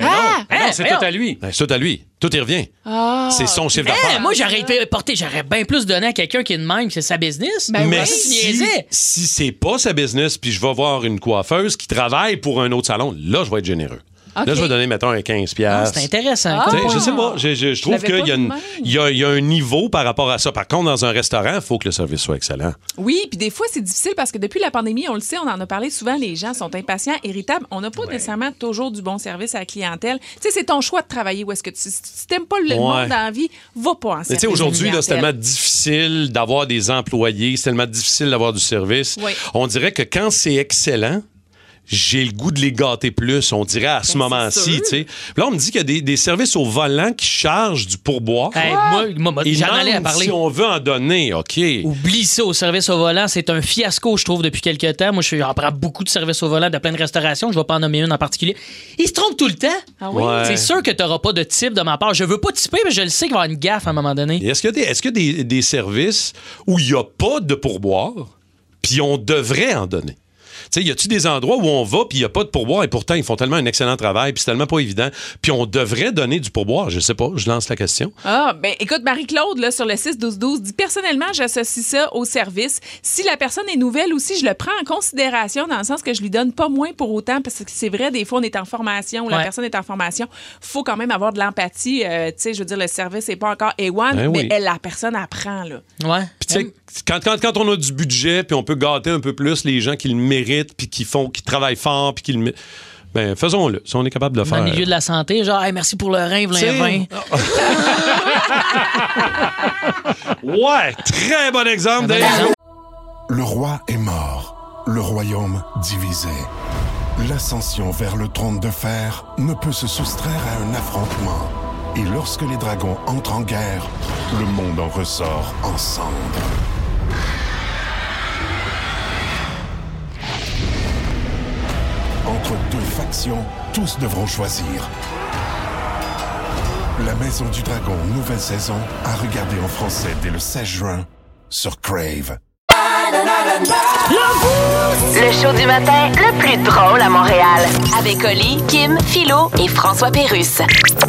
Speaker 4: Ah!
Speaker 14: Mais non, c'est
Speaker 3: Eh, hein, voyons.
Speaker 14: tout à lui.
Speaker 2: Ben, c'est tout à lui. Tout y revient.
Speaker 4: Ah!
Speaker 2: C'est son chiffre
Speaker 3: Eh,
Speaker 2: d'affaires.
Speaker 3: moi, j'aurais été porté, j'aurais bien plus donné à quelqu'un qui est de même, c'est sa business.
Speaker 2: Mais
Speaker 3: oui.
Speaker 2: si, si c'est pas sa business, puis je vais voir une coiffeuse qui travaille pour un autre salon, là, je vais être généreux.
Speaker 3: OK. Ah,
Speaker 2: Là, je vais donner, mettons, un 15$. piastres.
Speaker 3: C'est intéressant.
Speaker 2: Ah, Tu sais, Je sais pas. Je, je- je trouve
Speaker 3: l'avais pas
Speaker 2: qu'il y, a
Speaker 3: vu
Speaker 2: une-
Speaker 3: de même.
Speaker 2: il y a- il y a un niveau par rapport à ça. Par contre, dans un restaurant, il faut que le service soit excellent.
Speaker 4: Oui, puis des fois, c'est difficile parce que depuis la pandémie, on le sait, on en a parlé souvent, les gens sont impatients, irritables. On n'a pas nécessairement toujours du bon service à la clientèle. Tu sais, c'est ton choix de travailler où est-ce que tu. Si tu t'aimes pas le
Speaker 2: Ouais.
Speaker 4: monde dans la vie, va pas en
Speaker 2: Mais tu sais,
Speaker 4: service
Speaker 2: aujourd'hui, là, c'est
Speaker 4: clientèle.
Speaker 2: tellement difficile d'avoir des employés, c'est tellement difficile d'avoir du service.
Speaker 4: Oui.
Speaker 2: On dirait que quand c'est excellent, j'ai le goût de les gâter plus, on dirait
Speaker 3: Ben,
Speaker 2: à ce moment-ci. tu sais. Là, on me dit qu'il y a des, des services au volant qui chargent du pourboire.
Speaker 3: Hey, Eh, moi, moi, moi,
Speaker 2: Ils
Speaker 3: Ah, j'en allais à
Speaker 2: demandent
Speaker 3: parler.
Speaker 2: Si on veut en donner, OK.
Speaker 3: Oublie ça au service au volant. C'est un fiasco, je trouve, depuis quelques temps. Moi, je suis- j'en prends beaucoup de services au volant de plein de restaurations. Je ne vais pas en nommer une en particulier. Ils se trompent tout le temps.
Speaker 2: Ah oui? Ouais.
Speaker 3: C'est sûr que tu n'auras pas de type de ma part. Je veux pas typer, mais je le sais qu'il va y avoir une gaffe à un moment donné.
Speaker 2: Est-ce qu'il y a des, est-ce qu'il y a des- des services où il n'y a pas de pourboire, puis on devrait en donner? Tu sais, y a-tu des endroits où on va, puis il n'y a pas de pourboire, et pourtant, ils font tellement un excellent travail, puis c'est tellement pas évident, puis on devrait donner du pourboire? Je sais pas, je lance la question.
Speaker 4: Ah, ben écoute, Marie-Claude, là, sur le 6-12-12, dit personnellement, j'associe ça au service. Si la personne est nouvelle aussi, je le prends en considération dans le sens que je lui donne pas moins pour autant, parce que c'est vrai, des fois, on est en formation ou la
Speaker 3: Ouais.
Speaker 4: personne est en formation. faut quand même avoir de l'empathie. Euh, tu sais, je veux dire, le service n'est pas encore A1,
Speaker 2: Ben
Speaker 4: mais
Speaker 2: oui.
Speaker 4: elle, la personne apprend, là.
Speaker 3: Ouais.
Speaker 2: Puis tu sais, quand, quand, quand on a du budget, puis on peut gâter un peu plus les gens qui le méritent, puis qui font, qui travaillent fort, puis qui le mé- Ben, faisons-le, si on est capable de le
Speaker 3: Dans
Speaker 2: faire.
Speaker 3: le milieu de la santé, genre, Hey, merci pour le rein, v'là
Speaker 2: T'sais,
Speaker 3: un vin.
Speaker 2: Ouais, très bon
Speaker 3: Ah,
Speaker 2: exemple,
Speaker 3: ben,
Speaker 2: Dave.
Speaker 6: Le roi est mort, le royaume divisé. L'ascension vers le trône de fer ne peut se soustraire à un affrontement. Et lorsque les dragons entrent en guerre, le monde en ressort en cendres. Entre deux factions, tous devront choisir. La Maison du Dragon, nouvelle saison, à regarder en français dès le 16 juin sur Crave.
Speaker 1: Le show du matin le plus drôle à Montréal. Avec Oli, Kim, Philo et François Pérusse.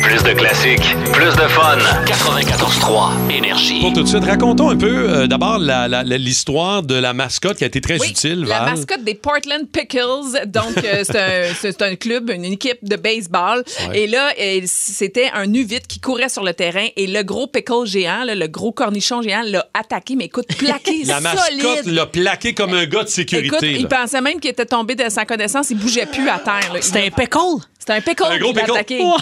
Speaker 19: Plus de classiques, plus de fun. 94.3 Énergie.
Speaker 2: Pour tout de suite, racontons un peu euh, d'abord la- la- la- l'histoire de la mascotte qui a été très
Speaker 4: Oui,
Speaker 2: utile,
Speaker 4: La
Speaker 2: Val.
Speaker 4: mascotte des Portland Pickles. Donc, euh, c'est
Speaker 2: <laughs>
Speaker 4: un, c'est un club, une équipe de baseball.
Speaker 2: Ouais.
Speaker 4: Et là, euh, c'était un uvite qui courait sur le terrain et le gros pickle géant, là, le gros cornichon géant, l'a attaqué, mais écoute,
Speaker 2: <laughs>
Speaker 4: plaqué
Speaker 2: La mascotte
Speaker 4: solide.
Speaker 2: l'a plaqué comme un gars de sécurité.
Speaker 4: Écoute, il
Speaker 2: là.
Speaker 4: pensait même qu'il était tombé de sa connaissance, il bougeait plus à terre. C'était
Speaker 3: un pickle?
Speaker 4: C'était un pickle
Speaker 2: Un gros
Speaker 4: qui l'a
Speaker 2: pickle.
Speaker 4: attaqué.
Speaker 2: Ouais,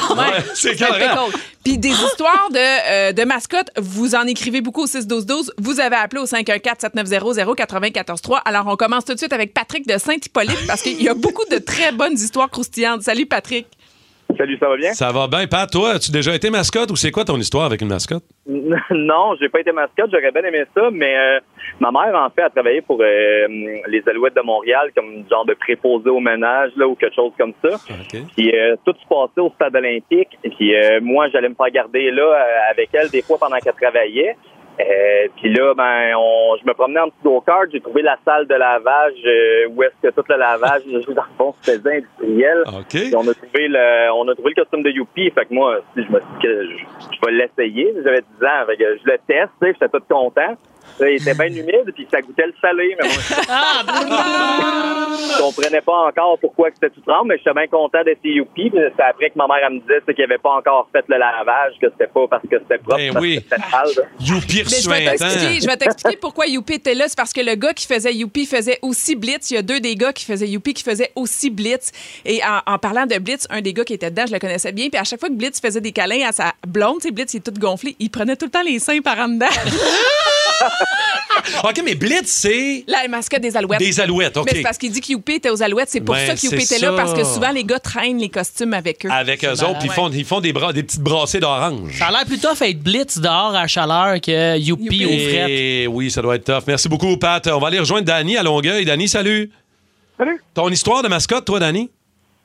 Speaker 2: c'est
Speaker 4: c'était
Speaker 2: <laughs>
Speaker 4: un
Speaker 2: carrément.
Speaker 4: pickle. Puis des histoires de, euh, de mascottes, vous en écrivez beaucoup au 6-12-12. Vous avez appelé au 514-7900-943. Alors, on commence tout de suite avec Patrick de Saint-Hippolyte parce qu'il y a beaucoup de très bonnes histoires croustillantes. Salut, Patrick.
Speaker 20: Salut, ça va bien?
Speaker 2: Ça va bien. Pat, toi, as-tu déjà été mascotte ou c'est quoi ton histoire avec une mascotte?
Speaker 20: Non, j'ai pas été mascotte, j'aurais bien aimé ça, mais euh, ma mère, en fait, a travaillé pour euh, les Alouettes de Montréal comme genre de préposé au ménage là, ou quelque chose comme ça. Puis euh, tout se passait au stade olympique. Puis euh, moi, j'allais me faire garder là euh, avec elle des fois pendant qu'elle travaillait. Euh, puis là, ben, on, je me promenais en petit go-kart, j'ai trouvé la salle de lavage euh, où est-ce que tout le lavage, <laughs> dans le fond, se faisait industriel. Puis on a trouvé le, on a trouvé le costume de Youpi. Fait que moi, si je me suis dit que je, je vais l'essayer. J'avais 10 ans, fait que je le teste, tu sais, j'étais tout content. Là, il était bien humide, puis ça goûtait le salé. Mais moi, je comprenais pas encore pourquoi que c'était tout tremble, mais j'étais bien content d'essayer Youpi. Puis c'est après que ma mère elle me disait c'est qu'il avait pas encore fait le lavage, que c'était pas parce que c'était propre,
Speaker 2: Ben
Speaker 20: parce
Speaker 2: oui.
Speaker 20: que c'était sale.
Speaker 2: Youpi hein.
Speaker 4: Mais je
Speaker 2: reçu un
Speaker 4: vais t'expliquer-
Speaker 2: temps.
Speaker 4: je vais t'expliquer pourquoi Youpi était là. C'est parce que le gars qui faisait Youpi faisait aussi Blitz. Il y a deux des gars qui faisaient Youpi qui faisaient aussi Blitz. Et en, en parlant de Blitz, un des gars qui était dedans, je le connaissais bien. Puis à chaque fois que Blitz faisait des câlins à sa blonde, tu sais, Blitz, il est tout gonflé. Il prenait tout le temps les seins par en dedans. <laughs>
Speaker 2: OK, mais Blitz, c'est.
Speaker 4: La mascotte des Alouettes.
Speaker 2: Des Alouettes, OK.
Speaker 4: Mais c'est parce qu'il dit que Youpi était aux Alouettes. C'est pour
Speaker 2: Ben,
Speaker 4: ça que Youpi
Speaker 2: c'est
Speaker 4: était là,
Speaker 2: ça.
Speaker 4: parce que souvent, les gars traînent les costumes avec eux.
Speaker 2: Avec eux autres, puis ils font, ils font des, bras, des petites brassées d'orange.
Speaker 3: Ça a l'air plus tough à être blitz dehors à la chaleur que youpi au fret.
Speaker 2: Eh oui, ça doit être tough. Merci beaucoup, Pat. On va aller rejoindre Danny à Longueuil. Danny, salut.
Speaker 21: Salut.
Speaker 2: Ton histoire de mascotte, toi, Danny?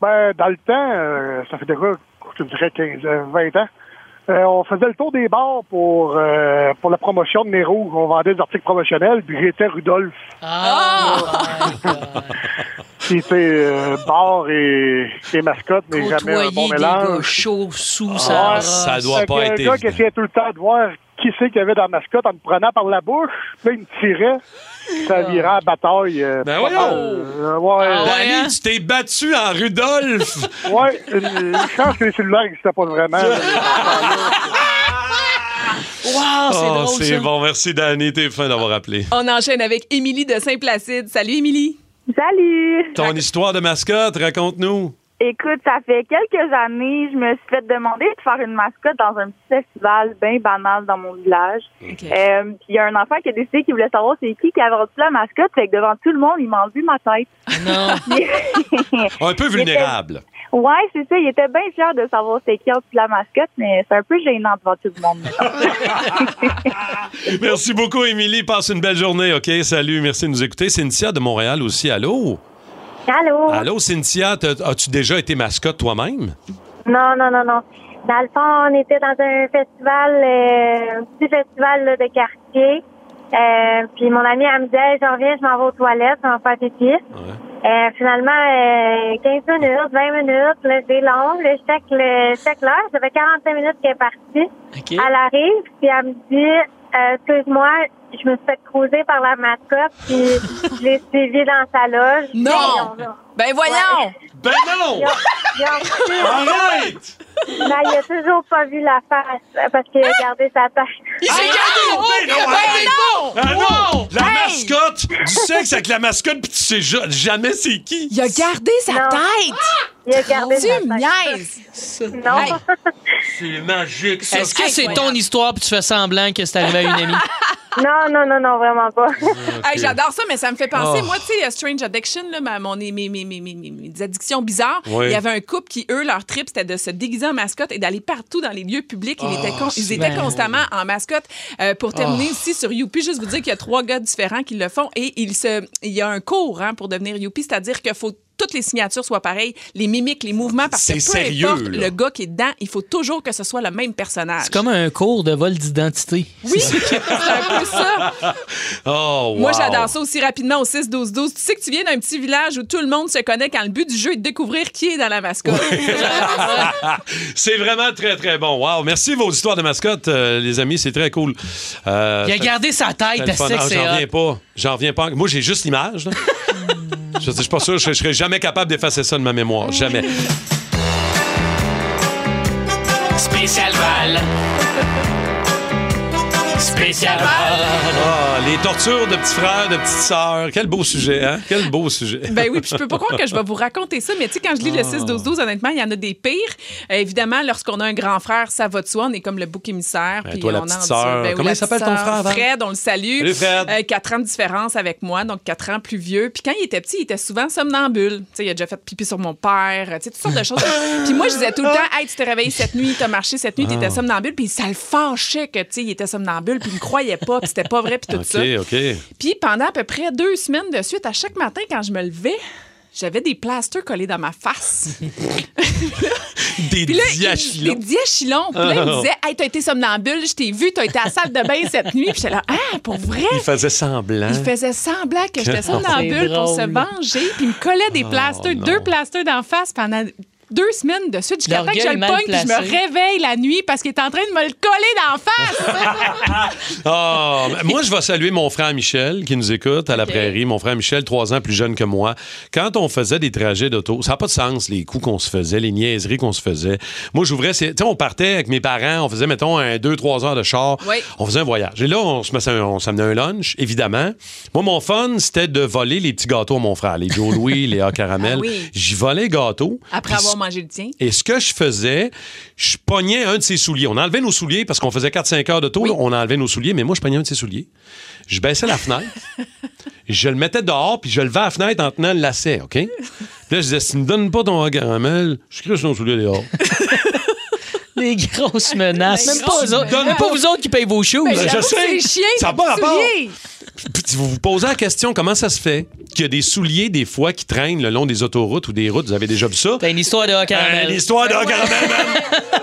Speaker 21: Ben, dans le temps, euh, ça fait déjà, je te dirais, 15, euh, 20 ans, euh, on faisait le tour des bars pour, euh, pour la promotion de Nez Rouges. On vendait des articles promotionnels, puis j'étais Rudolph.
Speaker 3: Ah,
Speaker 21: Ah! Qui était euh, bar et, et mascotte, mais jamais un
Speaker 3: Côtoyer des
Speaker 21: bon mélange. Ah,
Speaker 3: gars chauds, sous,
Speaker 2: ça brasse. Ça doit
Speaker 21: Fait
Speaker 2: pas
Speaker 21: que
Speaker 2: être
Speaker 21: Le gars qui
Speaker 2: évident.
Speaker 21: essayait tout le temps de voir qui c'est qu'il y avait dans la mascotte en me prenant par la bouche, puis là, il me tirait,
Speaker 3: Ah.
Speaker 21: ça virait à la bataille. euh,
Speaker 2: Ben
Speaker 21: pas
Speaker 2: voyons.
Speaker 21: mal. Euh, ouais.
Speaker 4: Ah
Speaker 2: Danny,
Speaker 4: hein?
Speaker 3: hein?
Speaker 2: tu t'es battu en
Speaker 4: <laughs>
Speaker 2: Rudolph.
Speaker 21: Ouais, une une chance que les cellulaires n'existaient pas vraiment.
Speaker 4: Wow, Ah, c'est
Speaker 2: Oh,
Speaker 4: drôle,
Speaker 2: c'est
Speaker 4: ça.
Speaker 2: bon. Merci, Danny. T'es fin d'avoir appelé.
Speaker 4: On enchaîne avec Émilie de Saint-Placide. Salut, Émilie.
Speaker 22: Salut!
Speaker 2: Ton histoire de mascotte, raconte-nous.
Speaker 22: Écoute, ça fait quelques années, je me suis fait demander de faire une mascotte dans un petit festival bien banal dans mon village. Euh, puis il y a un enfant qui a décidé qu'il voulait savoir c'est qui qui avait reçu la mascotte, fait que devant tout le monde, il m'a enlevé ma tête. Non!
Speaker 2: Un peu vulnérable.
Speaker 22: ouais, c'est ça, il était bien fier de savoir c'est qui a reçu la mascotte, mais c'est un peu gênant devant tout le monde.
Speaker 2: Merci beaucoup, Émilie. Passe une belle journée, OK? Salut, merci de nous écouter. Cynthia de Montréal aussi, allô?
Speaker 23: Allô?
Speaker 2: Allô, Cynthia, t'as- as-tu déjà été mascotte toi-même?
Speaker 23: Non, non, non, non. Dans le fond, on était dans un festival, euh, un petit festival là, de quartier. Euh, puis mon amie, elle me disait, Hey, j'en reviens, je m'en vais aux toilettes, je m'en vais faire pipi. Euh, finalement, euh, 15 minutes, 20 minutes, là, c'est long. Là, je check le- je check l'heure. Ça fait 45 minutes qu'elle est partie. Elle arrive, puis elle me dit, Euh, excuse-moi, je me suis fait croiser par la mascotte, puis je l'ai suivie dans sa loge.
Speaker 4: Non!
Speaker 23: Puis on-
Speaker 4: Ben voyons!
Speaker 2: Ben non! Arrête!
Speaker 23: Ben, il a toujours pas vu la face euh, parce qu'il a gardé sa tête. Il
Speaker 4: Ah,
Speaker 23: s'est
Speaker 4: oh,
Speaker 2: gardé! Ben non, arrête! Ah
Speaker 3: Oh!
Speaker 2: non! La mascotte! Du sexe avec la mascotte, puis tu sais ja- jamais c'est qui.
Speaker 23: Il a gardé sa tête! Il a gardé sa tête. Non.
Speaker 2: C'est magique, ça.
Speaker 3: <laughs> Est-ce que c'est ton histoire puis tu fais semblant que c'est arrivé à une amie?
Speaker 23: non, non, non, non, vraiment
Speaker 7: <laughs>
Speaker 23: pas.
Speaker 4: Hey,
Speaker 3: euh,
Speaker 4: J'adore ça, mais ça me fait penser.
Speaker 3: Oh.
Speaker 4: Moi, tu sais, euh, Strange Addiction, là, ma- mon, mes, mes, mes, mes- mes- mes addictions bizarres,
Speaker 2: Oui.
Speaker 4: il y avait un couple qui, eux, leur trip, c'était de se déguiser en mascotte et d'aller partout dans les lieux publics. Ils,
Speaker 2: Oh,
Speaker 3: Ah,
Speaker 4: étaient, con- ils
Speaker 2: c'est
Speaker 4: étaient
Speaker 2: bien
Speaker 4: constamment en mascotte. Euh, pour terminer
Speaker 2: Oh.
Speaker 4: ici sur Youpi, juste vous dire qu'il y a trois gars différents qui le font et il, se, il y a un cours hein, pour devenir Youpi, c'est-à-dire qu'il faut toutes les signatures soient pareilles, les mimiques, les mouvements, parce que peu
Speaker 3: C'est sérieux,
Speaker 4: importe
Speaker 3: là.
Speaker 4: le gars qui est dedans, il faut toujours que ce soit le même personnage.
Speaker 3: C'est comme un cours de vol d'identité.
Speaker 4: Oui, c'est un peu ça.
Speaker 2: Oh, wow.
Speaker 4: Moi, j'adore ça aussi rapidement au 6-12-12. Tu sais que tu viens d'un petit village où tout le monde se connaît quand le but du jeu est de découvrir qui est dans la mascotte.
Speaker 2: c'est vraiment très, très bon. Wow. Merci vos histoires de mascotte, euh, les amis. C'est très cool. Euh,
Speaker 3: Il a
Speaker 2: fait-
Speaker 3: gardé sa tête,
Speaker 2: fait le fun.
Speaker 3: c'est que
Speaker 2: Ah,
Speaker 3: c'est
Speaker 2: J'en
Speaker 3: hot.
Speaker 2: reviens pas. J'en reviens pas. Moi, j'ai juste l'image.
Speaker 4: <laughs>
Speaker 2: là. je ne suis pas sûr. Je, je serais jamais capable d'effacer ça de ma mémoire. Jamais.
Speaker 19: Spécial Val.
Speaker 2: Spécial Ah, les tortures de petits frères, de petites sœurs. Quel beau sujet, hein? Quel beau sujet.
Speaker 4: <laughs> Ben oui, puis je peux pas croire que je vais vous raconter ça, mais tu sais, quand je lis
Speaker 2: Ah.
Speaker 4: le 6-12-12, honnêtement, il y en a des pires. Euh, évidemment, lorsqu'on a un grand frère, ça va de soi, on est comme le bouc émissaire.
Speaker 2: Ben,
Speaker 4: puis
Speaker 2: toi, la
Speaker 4: on
Speaker 2: petite
Speaker 4: en dit-
Speaker 2: sœur.
Speaker 4: oui,
Speaker 2: Comment
Speaker 4: la
Speaker 2: il s'appelle
Speaker 4: petite
Speaker 2: ton
Speaker 4: sœur?
Speaker 2: frère, Val?
Speaker 4: Fred, on le salue.
Speaker 2: Salut, Fred.
Speaker 4: 4 ans de différence avec moi, donc 4 ans plus vieux. Puis quand il était petit, il était souvent somnambule. Tu sais, il a déjà fait pipi sur mon père, tu sais, toutes sortes
Speaker 2: <laughs>
Speaker 4: de choses. Puis moi, je disais tout le temps, hey, tu t'es réveillé cette nuit, t'as marché cette nuit, t'étais
Speaker 2: Ah.
Speaker 4: somnambule. Puis ça le fâchait que, tu sais, il était somnambule, puis il me croyait pas, puis c'était pas vrai, puis
Speaker 2: <laughs>
Speaker 4: tout
Speaker 2: OK,
Speaker 4: ça.
Speaker 2: OK.
Speaker 4: Puis pendant à peu près deux semaines de suite, à chaque matin, quand je me levais, j'avais des plasters collés dans ma
Speaker 2: <laughs>
Speaker 4: face.
Speaker 2: Des
Speaker 4: Puis là, il-
Speaker 2: diachylons.
Speaker 4: Des diachylons. Puis là, il me
Speaker 2: Oh.
Speaker 4: disait Hey, t'as été somnambule, je t'ai vu, t'as été à la salle
Speaker 2: <laughs>
Speaker 4: de bain cette nuit. Puis j'étais là, Ah, pour vrai?
Speaker 2: Il faisait semblant.
Speaker 4: Il faisait semblant que j'étais
Speaker 2: <laughs>
Speaker 4: somnambule
Speaker 2: C'est
Speaker 4: pour se
Speaker 2: drôle.
Speaker 4: venger, puis il me collait des
Speaker 2: Oh,
Speaker 4: plasters,
Speaker 2: non.
Speaker 4: deux plasters d'en face pendant deux semaines de suite. Jusqu'à temps que je
Speaker 3: L'orgueil
Speaker 4: le
Speaker 3: mal
Speaker 4: pogne, puis je me
Speaker 3: placé.
Speaker 4: réveille la nuit parce qu'il est en train de me le coller
Speaker 2: <laughs>
Speaker 4: d'en face.
Speaker 2: Ah, mais moi, je vais saluer mon frère Michel qui nous écoute à la prairie. Mon frère Michel, trois ans plus jeune que moi. Quand on faisait des trajets d'auto, ça n'a pas de sens, les coups qu'on se faisait, les niaiseries qu'on se faisait. Moi, j'ouvrais, c'est- tu sais, on partait avec mes parents, on faisait, mettons, un, deux, trois heures de char.
Speaker 11: Oui.
Speaker 2: On faisait un voyage. Et là, on se mettait un- on s'amenait un lunch, évidemment. Moi, mon fun, c'était de voler les petits gâteaux à mon frère, les Joe Louis, les A Caramel.
Speaker 4: Ah oui.
Speaker 2: J'y volais les gâteaux.
Speaker 4: Après avoir mangé le tien.
Speaker 2: Et ce que je faisais, je pognais un de ses souliers. On enlevait nos souliers parce qu'on faisait 4-5 heures de tour, là, on enlevait nos souliers, mais moi, je pognais un de ses souliers. Je baissais la fenêtre, je le mettais dehors, puis je levais la fenêtre en tenant le lacet, OK? Puis là, je disais, si tu me donnes pas ton caramel, je crisse ton soulier dehors.
Speaker 3: Les grosses menaces.
Speaker 4: Les
Speaker 3: Même pas,
Speaker 4: grosses
Speaker 3: vous autres,
Speaker 4: menaces.
Speaker 3: même pas vous autres qui payez vos shoes.
Speaker 4: Mais j'avoue, c'est chiant,
Speaker 2: ça a
Speaker 4: les
Speaker 2: pas
Speaker 4: petits
Speaker 2: rapport. <laughs>
Speaker 4: souliers.
Speaker 2: Puis si vous vous posez la question, comment ça se fait qu'il y a des souliers, des fois, qui traînent le long des autoroutes ou des routes? Vous avez déjà vu ça?
Speaker 3: T'as une histoire de caramel.
Speaker 2: une histoire de caramel,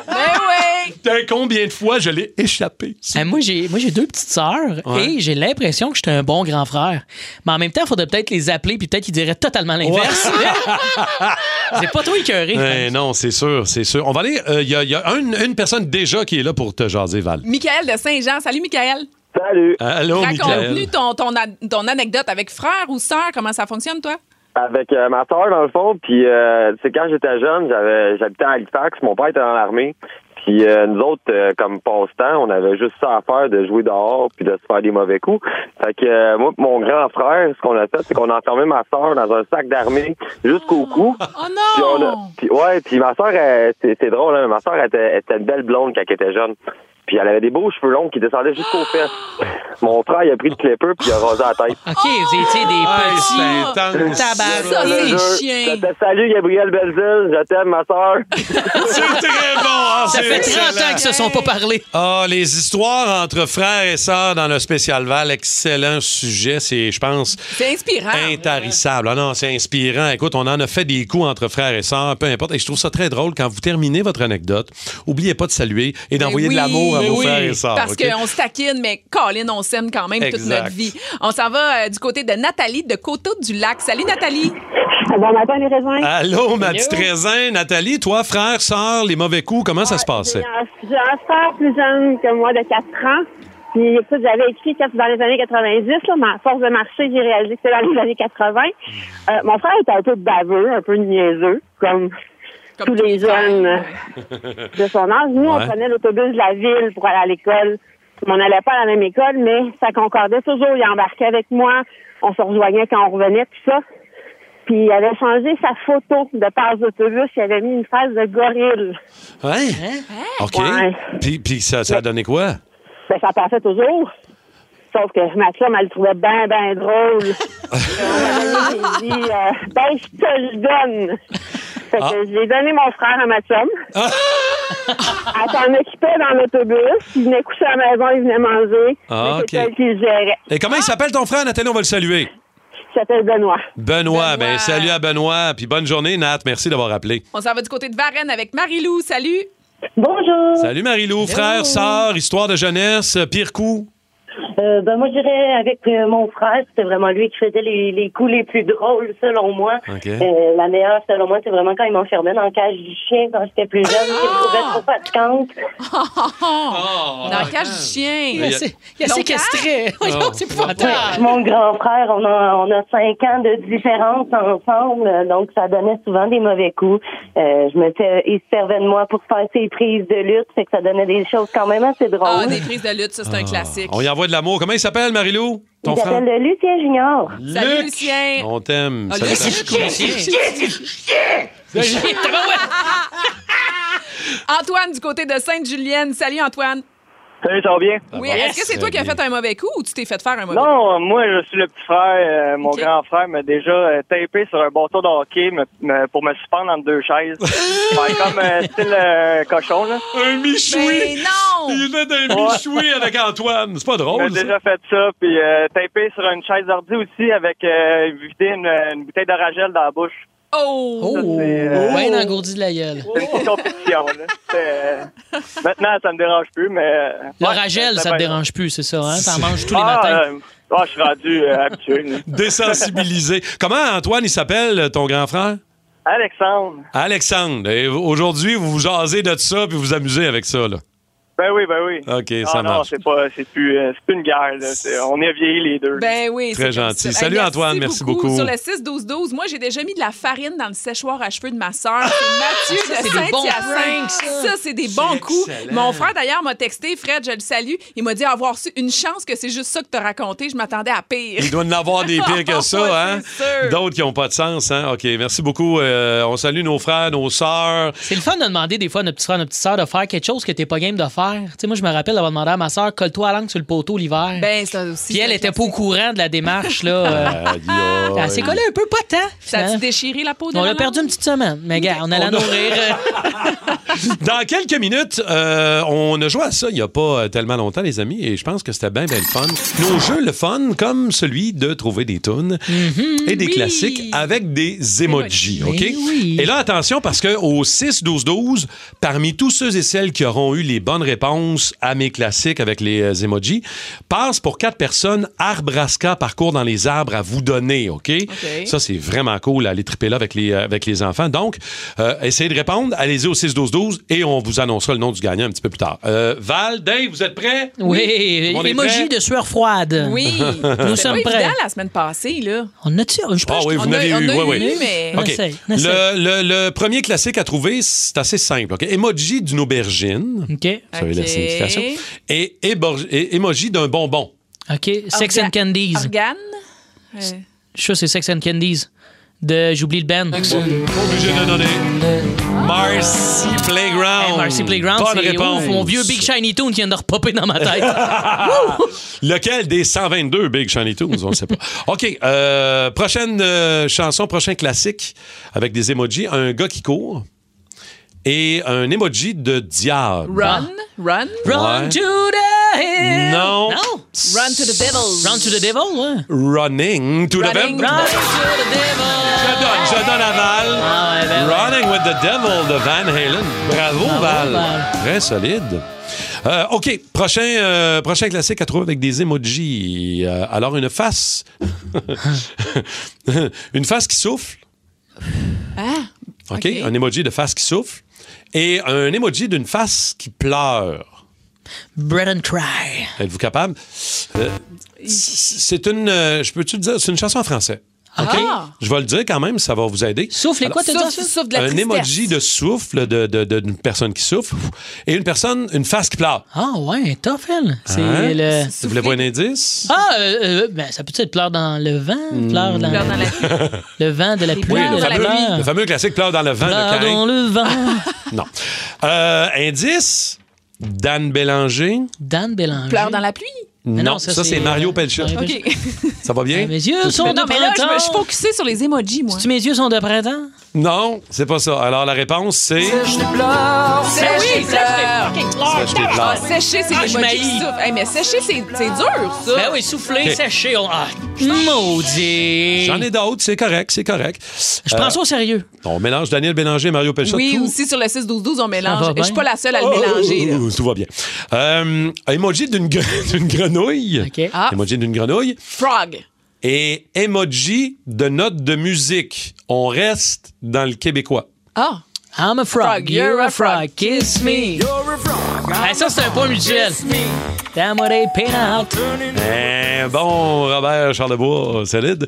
Speaker 4: Ben oui!
Speaker 2: Putain, combien de fois je l'ai échappé?
Speaker 3: Euh, moi, j'ai, moi, j'ai deux petites sœurs
Speaker 2: Ouais.
Speaker 3: et j'ai l'impression que j'étais un bon grand frère. Mais en même temps, il faudrait peut-être les appeler puis peut-être qu'ils diraient totalement l'inverse. <laughs> c'est pas trop écœuré.
Speaker 2: Eh non, c'est sûr, c'est sûr. On va aller. euh, Il y a, il y a une, une personne déjà qui est là pour te jaser, Val.
Speaker 4: Michael de Saint-Jean. Salut, Michael.
Speaker 2: Salut. Allô,
Speaker 4: Raconte-nous
Speaker 2: Oh, Michael.
Speaker 4: ton, ton, an- ton anecdote avec frère ou sœur. Comment ça fonctionne, toi?
Speaker 7: Avec euh, ma soeur, dans le fond, puis euh, c'est quand j'étais jeune, j'avais j'habitais à Halifax, mon père était dans l'armée, puis euh, nous autres, euh, comme passe-temps, on avait juste ça à faire de jouer dehors puis de se faire des mauvais coups. Fait que euh, moi pis mon grand frère, ce qu'on a fait, c'est qu'on a enfermé ma soeur dans un sac d'armée jusqu'au cou.
Speaker 4: Oh
Speaker 7: Puis
Speaker 4: non!
Speaker 7: on a- puis ouais, puis ma soeur, c'est c'est drôle, hein, ma soeur elle était, elle était une belle blonde quand elle était jeune. Puis elle avait des beaux cheveux longs qui descendaient jusqu'aux fesses. Mon frère, il a pris le clipper puis il a rasé la tête.
Speaker 3: OK, vous étiez des
Speaker 2: Ah,
Speaker 3: petits
Speaker 7: c'est intense.
Speaker 3: tabarnak.
Speaker 7: Je te jure, je te- Salut Gabriel Belzil, je t'aime ma soeur.
Speaker 2: C'est très bon. Ah,
Speaker 3: Ça
Speaker 2: c'est
Speaker 3: fait 30
Speaker 2: excellent.
Speaker 3: ans qu'ils se sont pas parlé.
Speaker 2: Ah, les histoires entre frères et sœurs dans le spécial Val, excellent sujet. C'est, je pense,
Speaker 4: C'est inspirant.
Speaker 2: intarissable. Ah non, c'est inspirant. Écoute, on en a fait des coups entre frères et sœurs, peu importe. Et je trouve ça très drôle quand vous terminez votre anecdote. Oubliez pas de saluer et d'envoyer
Speaker 4: Ben oui,
Speaker 2: de l'amour à
Speaker 4: mais
Speaker 2: vos
Speaker 4: oui.
Speaker 2: frères et sœurs.
Speaker 4: Parce
Speaker 2: OK?
Speaker 4: qu'on se taquine, mais Colin, on s'aime quand même toute
Speaker 2: Exact.
Speaker 4: notre vie. On s'en va euh, du côté de Nathalie de Coteau-du-Lac. Salut, Nathalie.
Speaker 8: Bon matin, les raisins.
Speaker 2: Allô, ma petite raisin. Nathalie, toi, frère, sœur, les mauvais coups, comment ça se passait?
Speaker 8: J'ai un frère plus jeune que moi de 4 ans. Puis, écoute, j'avais écrit quatre- dans les années 90, là, mais à force de marcher, j'ai réalisé que c'était dans les années 80. Euh, mon frère était un peu baveux, un peu niaiseux, comme, tous les jeunes euh, de son âge. Nous,
Speaker 7: Ouais.
Speaker 8: on prenait l'autobus de la ville pour aller à l'école. On n'allait pas à la même école, mais ça concordait toujours. Il embarquait avec moi. On se rejoignait quand on revenait, tout ça. Puis, il avait changé sa photo de passe d'autobus. Il avait mis une face de gorille.
Speaker 2: Ouais. Hein? OK.
Speaker 8: Ouais.
Speaker 2: Puis, puis ça, ça a donné quoi?
Speaker 8: Ben, ça passait toujours. Sauf que ma chum, elle le trouvait bien, bien drôle. Euh, j'ai dit, euh, ben, je te le donne. Fait que
Speaker 2: Ah.
Speaker 8: j'ai donné mon frère à ma chum.
Speaker 2: Ah.
Speaker 8: Elle s'en occupait dans l'autobus. Il venait coucher à la maison, il venait manger.
Speaker 2: Ah,
Speaker 8: Mais c'est
Speaker 2: ok.
Speaker 8: elle qui le gérait.
Speaker 2: Et comment il s'appelle ton frère, Nathalie? On va le saluer.
Speaker 8: Il s'appelle Benoît.
Speaker 2: Benoît, ben salut à Benoît, puis bonne journée, Nat. Merci d'avoir appelé.
Speaker 4: On s'en va du côté de Varennes avec Marie-Lou. Salut. <laughs>
Speaker 8: Bonjour.
Speaker 2: Salut Marie-Lou, frère, sœur, histoire de jeunesse, euh, pire coup.
Speaker 5: Euh, ben moi, je dirais avec euh, mon frère, c'était vraiment lui qui faisait les, les coups les plus drôles, selon moi.
Speaker 2: OK.
Speaker 5: Euh, la meilleure, selon moi, c'est vraiment quand il m'enfermait dans la cage du chien quand j'étais plus jeune, qu'il me trouvait trop fatigante.
Speaker 4: Oh,
Speaker 2: Oh,
Speaker 4: Dans le cage du chien.
Speaker 5: Il a sé- il a
Speaker 4: Ton
Speaker 5: séquestré.
Speaker 4: père? <laughs> Voyons,
Speaker 2: Oh.
Speaker 4: c'est épouvantable.
Speaker 5: Ouais, mon grand frère, on a, on a cinq ans de différence ensemble, euh, donc ça donnait souvent des mauvais coups. Euh, je me fais- il se servait de moi pour faire ses prises de lutte, fait que ça donnait des choses quand même assez drôles.
Speaker 4: Ah, des prises de lutte, ça, c'est un classique.
Speaker 2: On y envoie de l'amour. Comment il s'appelle, Marilou? Ton
Speaker 5: Il
Speaker 2: frère?
Speaker 5: s'appelle le Lucien Junior.
Speaker 4: Salut, Lucien.
Speaker 2: On t'aime.
Speaker 4: Ah,
Speaker 2: Salut,
Speaker 4: Lucien,
Speaker 2: Sacha.
Speaker 4: Lucien, Lucien. Antoine, du côté de Sainte-Julienne. Salut, Antoine.
Speaker 9: Salut, ça va bien?
Speaker 4: Oui, est-ce que c'est toi qui as fait un mauvais coup ou tu t'es fait faire un mauvais coup?
Speaker 9: Non, moi, je suis le petit frère. euh, mon grand frère m'a déjà euh, tapé sur un bâton de hockey me- me- pour me suspendre entre deux chaises. Ouais, comme euh, style euh, cochon, là.
Speaker 2: Un michoui!
Speaker 9: Mais
Speaker 4: Ben non!
Speaker 2: Il est un michoui avec Antoine. C'est pas
Speaker 9: J'ai
Speaker 14: Oh,
Speaker 2: drôle, ça?
Speaker 9: déjà fait ça, puis euh, tapé sur une chaise ordi aussi avec euh, vider une, une bouteille de Ragel dans la bouche.
Speaker 4: Oh!
Speaker 9: Ça, c'est, euh,
Speaker 3: Ben engourdi de la gueule.
Speaker 9: C'est une petite compétition, là. C'est, euh, maintenant, ça me dérange plus, mais... euh,
Speaker 3: Le
Speaker 9: ouais,
Speaker 3: Ragel, ça te
Speaker 9: bien.
Speaker 3: dérange plus, c'est ça, hein? T'en
Speaker 9: C'est-
Speaker 3: manges tous les
Speaker 9: Ah,
Speaker 3: matins.
Speaker 9: euh, ah, je suis rendu euh, habitué. là.
Speaker 2: Désensibilisé. Comment, Antoine, il s'appelle, ton grand frère?
Speaker 9: Alexandre.
Speaker 2: Alexandre. Et Aujourd'hui, vous vous jasez de ça puis vous vous amusez avec ça, là.
Speaker 9: Ben oui, ben oui.
Speaker 2: OK,
Speaker 9: non,
Speaker 2: ça
Speaker 9: Non,
Speaker 2: marche.
Speaker 9: c'est pas, c'est plus, euh, c'est plus une guerre. là. C'est- on est vieillis les deux.
Speaker 4: Ben oui,
Speaker 2: Très
Speaker 4: c'est comme
Speaker 2: gentil.
Speaker 4: ça.
Speaker 2: Salut, Antoine, merci beaucoup.
Speaker 4: Sur le 6-12-12, moi j'ai déjà mis de la farine dans le séchoir à cheveux de ma sœur. C'est Mathieu
Speaker 3: Ça,
Speaker 4: de
Speaker 3: c'est des bons
Speaker 4: Saint-Hyacinthe.
Speaker 3: pranks,
Speaker 4: Ça,
Speaker 3: ça.
Speaker 4: c'est des bons coups.
Speaker 3: excellent.
Speaker 4: Mon frère d'ailleurs m'a texté, Fred, je le salue. Il m'a dit avoir su une chance que c'est juste ça que t'as raconté. Je m'attendais à pire.
Speaker 2: Il doit en avoir
Speaker 14: <laughs>
Speaker 2: des pires que
Speaker 4: Ouais,
Speaker 2: ça, hein?
Speaker 4: c'est sûr.
Speaker 2: D'autres qui n'ont pas de sens, hein? OK, merci beaucoup. Euh, on salue nos frères, nos sœurs.
Speaker 3: C'est le fun de demander des fois à notre petit frère, notre petite soeur de faire quelque chose que t'es pas game de faire. Tu sais, moi, je me rappelle d'avoir demandé à ma soeur, colle-toi la langue sur le poteau l'hiver.
Speaker 4: Ben, ça aussi.
Speaker 3: Puis elle était pas au courant de la démarche, là.
Speaker 2: <laughs> Ah
Speaker 3: euh. elle s'est collée un peu pas tant.
Speaker 4: Ça a-tu
Speaker 3: finalement.
Speaker 4: déchiré la peau de
Speaker 3: On
Speaker 4: la
Speaker 3: l'a perdu une petite semaine, mais gars, on allait
Speaker 2: On a-
Speaker 3: nourrir. euh,
Speaker 2: <laughs> Dans quelques minutes, euh, on a joué à ça il n'y a pas euh, tellement longtemps, les amis, et je pense que c'était bien, bien le fun. Nos jeux, le fun, comme celui de trouver des tunes et des classiques avec des emojis, OK? Et là, attention, parce que au 6-12-12, parmi tous ceux et celles qui auront eu les bonnes réponses à mes classiques avec les euh, emojis, passe pour quatre personnes Arbraska Parcours dans les arbres à vous donner, OK? Ça, c'est vraiment cool, aller triper là avec les, euh, avec les enfants. Donc, euh, essayez de répondre, allez-y au 6-12-12 et on vous annoncera le nom du gagnant un petit peu plus tard. Euh, Val, Dave, vous êtes prêts?
Speaker 3: Oui,
Speaker 2: On est prêts?
Speaker 3: émoji de sueur froide.
Speaker 4: Oui.
Speaker 3: Nous sommes
Speaker 4: C'était pas
Speaker 3: prêts.
Speaker 4: évident la semaine passée, là.
Speaker 3: On a-tu? Je
Speaker 2: Ah
Speaker 3: pense
Speaker 2: oui,
Speaker 3: que-
Speaker 2: vous
Speaker 3: on a-
Speaker 2: n'avez
Speaker 3: on
Speaker 2: eu, oui,
Speaker 3: a
Speaker 2: oui.
Speaker 4: mais-
Speaker 2: OK.
Speaker 3: On essaye, on essaye.
Speaker 2: Le, le- le premier classique à trouver, c'est assez simple. OK? Emoji d'une aubergine.
Speaker 3: OK.
Speaker 2: Vous savez la
Speaker 3: OK.
Speaker 2: signification. Et, éborg- et emoji d'un bonbon.
Speaker 3: OK,
Speaker 4: Ah,
Speaker 3: Sex and Candies.
Speaker 4: Organe? Euh,
Speaker 3: Je suis sûr que c'est Sex and Candies. De, j'oublie le Ben. band.
Speaker 2: Obligé de donner. Marcy Playground.
Speaker 3: Ah. Hey, Ben Marcy Playground,
Speaker 2: Bonne
Speaker 3: c'est
Speaker 2: réponse.
Speaker 3: ouf. Mon vieux Big Shiny Toon vient de repopper dans ma
Speaker 2: <laughs>
Speaker 3: tête.
Speaker 2: Lequel des 122 Big Shiny Toons? On ne sait pas. OK. euh, prochaine euh, chanson, prochain classique avec des emojis. Un gars qui court et un emoji de diable.
Speaker 4: Run,
Speaker 3: Ah.
Speaker 4: run.
Speaker 2: Run Ouais. to
Speaker 3: the
Speaker 2: hill. Non.
Speaker 4: Run to the devil.
Speaker 3: Run to the devil, ouais.
Speaker 2: Running to the
Speaker 3: Running
Speaker 2: devil.
Speaker 3: to the devil.
Speaker 2: Je donne, je donne à Val.
Speaker 3: Ah, ben.
Speaker 2: Running with the Devil de Van Halen. Bravo,
Speaker 3: Bravo,
Speaker 2: Val.
Speaker 3: Val.
Speaker 2: Très solide. Euh, OK, prochain, euh, prochain classique à trouver avec des emojis. Euh, alors, une face. <laughs> une face qui souffle.
Speaker 4: Ah,
Speaker 2: OK?
Speaker 4: OK.
Speaker 2: Un emoji de face qui souffle. Et un emoji d'une face qui pleure.
Speaker 3: Bread and Cry.
Speaker 2: Êtes-vous capable? Euh, c- c'est une. euh, je peux-tu le dire? C'est une chanson en français. OK?
Speaker 3: Ah.
Speaker 2: Je vais le dire quand même, ça va vous aider.
Speaker 3: Souffle, et
Speaker 2: Alors,
Speaker 3: quoi t'as dit?
Speaker 2: un emoji de souffle d'une de, de- d'une personne qui souffle et une personne, une face qui pleure.
Speaker 3: Ah ouais, tough, elle. C'est
Speaker 2: Hein?
Speaker 3: le...
Speaker 2: Vous voulez voir un indice?
Speaker 3: Ah, euh, euh, ben, ça peut être pleure dans le
Speaker 2: Hmm.
Speaker 3: vent, pleure dans,
Speaker 4: Pleure dans la
Speaker 3: le vent de la pluie,
Speaker 2: Oui, le
Speaker 3: la
Speaker 2: fameux,
Speaker 3: pleure.
Speaker 2: le fameux classique pleure dans le vent
Speaker 3: Pleure
Speaker 2: de Caïn.
Speaker 3: dans le vent.
Speaker 2: Non. Euh, indice? Dan Bélanger?
Speaker 3: Dan Bélanger.
Speaker 4: Pleure dans la pluie.
Speaker 2: Non, ça, c'est Mario Pelcha.
Speaker 4: OK.
Speaker 2: Ça va bien?
Speaker 3: Mes
Speaker 4: <laughs>
Speaker 3: yeux sont
Speaker 4: Mais
Speaker 3: de
Speaker 4: non, mais là, je
Speaker 3: printemps.
Speaker 4: me- je suis focusée sur les emojis, moi.
Speaker 3: Si mes yeux sont de printemps.
Speaker 2: Non, c'est pas ça. Alors la réponse, c'est.
Speaker 4: Ben oui, pleure.
Speaker 2: Sèche tes pleurs.
Speaker 4: Ah, Sécher, c'est
Speaker 3: Ah,
Speaker 4: l'emoji
Speaker 3: je
Speaker 4: qui
Speaker 3: m'haïs.
Speaker 4: souffle. Hey, mais sécher, c'est c'est dur, ça.
Speaker 3: Ben oui, souffler,
Speaker 2: Ok.
Speaker 3: sécher. on- Ah, maudit.
Speaker 2: J'en ai euh, d'autres, c'est correct, c'est correct.
Speaker 3: Je prends ça au sérieux.
Speaker 2: On mélange Daniel Bélanger et Mario Pelcha.
Speaker 4: Oui,
Speaker 2: tout-
Speaker 4: aussi sur le 6-12-12, on mélange.
Speaker 2: va
Speaker 4: Et Je suis
Speaker 2: bien?
Speaker 4: pas la seule à le
Speaker 2: Oh,
Speaker 4: mélanger.
Speaker 2: oh, oh, tout va bien. Euh, un emoji d'une gre- <laughs> d'une grenouille. grenouille.
Speaker 4: Ah.
Speaker 2: Emoji d'une grenouille.
Speaker 4: Frog.
Speaker 2: Et emoji de note de musique. On reste dans le québécois.
Speaker 4: Ah.
Speaker 3: I'm a frog, you're a frog, kiss me. You're a frog. ça, c'est un point mutuel. Damn what they paid out.
Speaker 2: Eh, bon, Robert Charlebois, solide.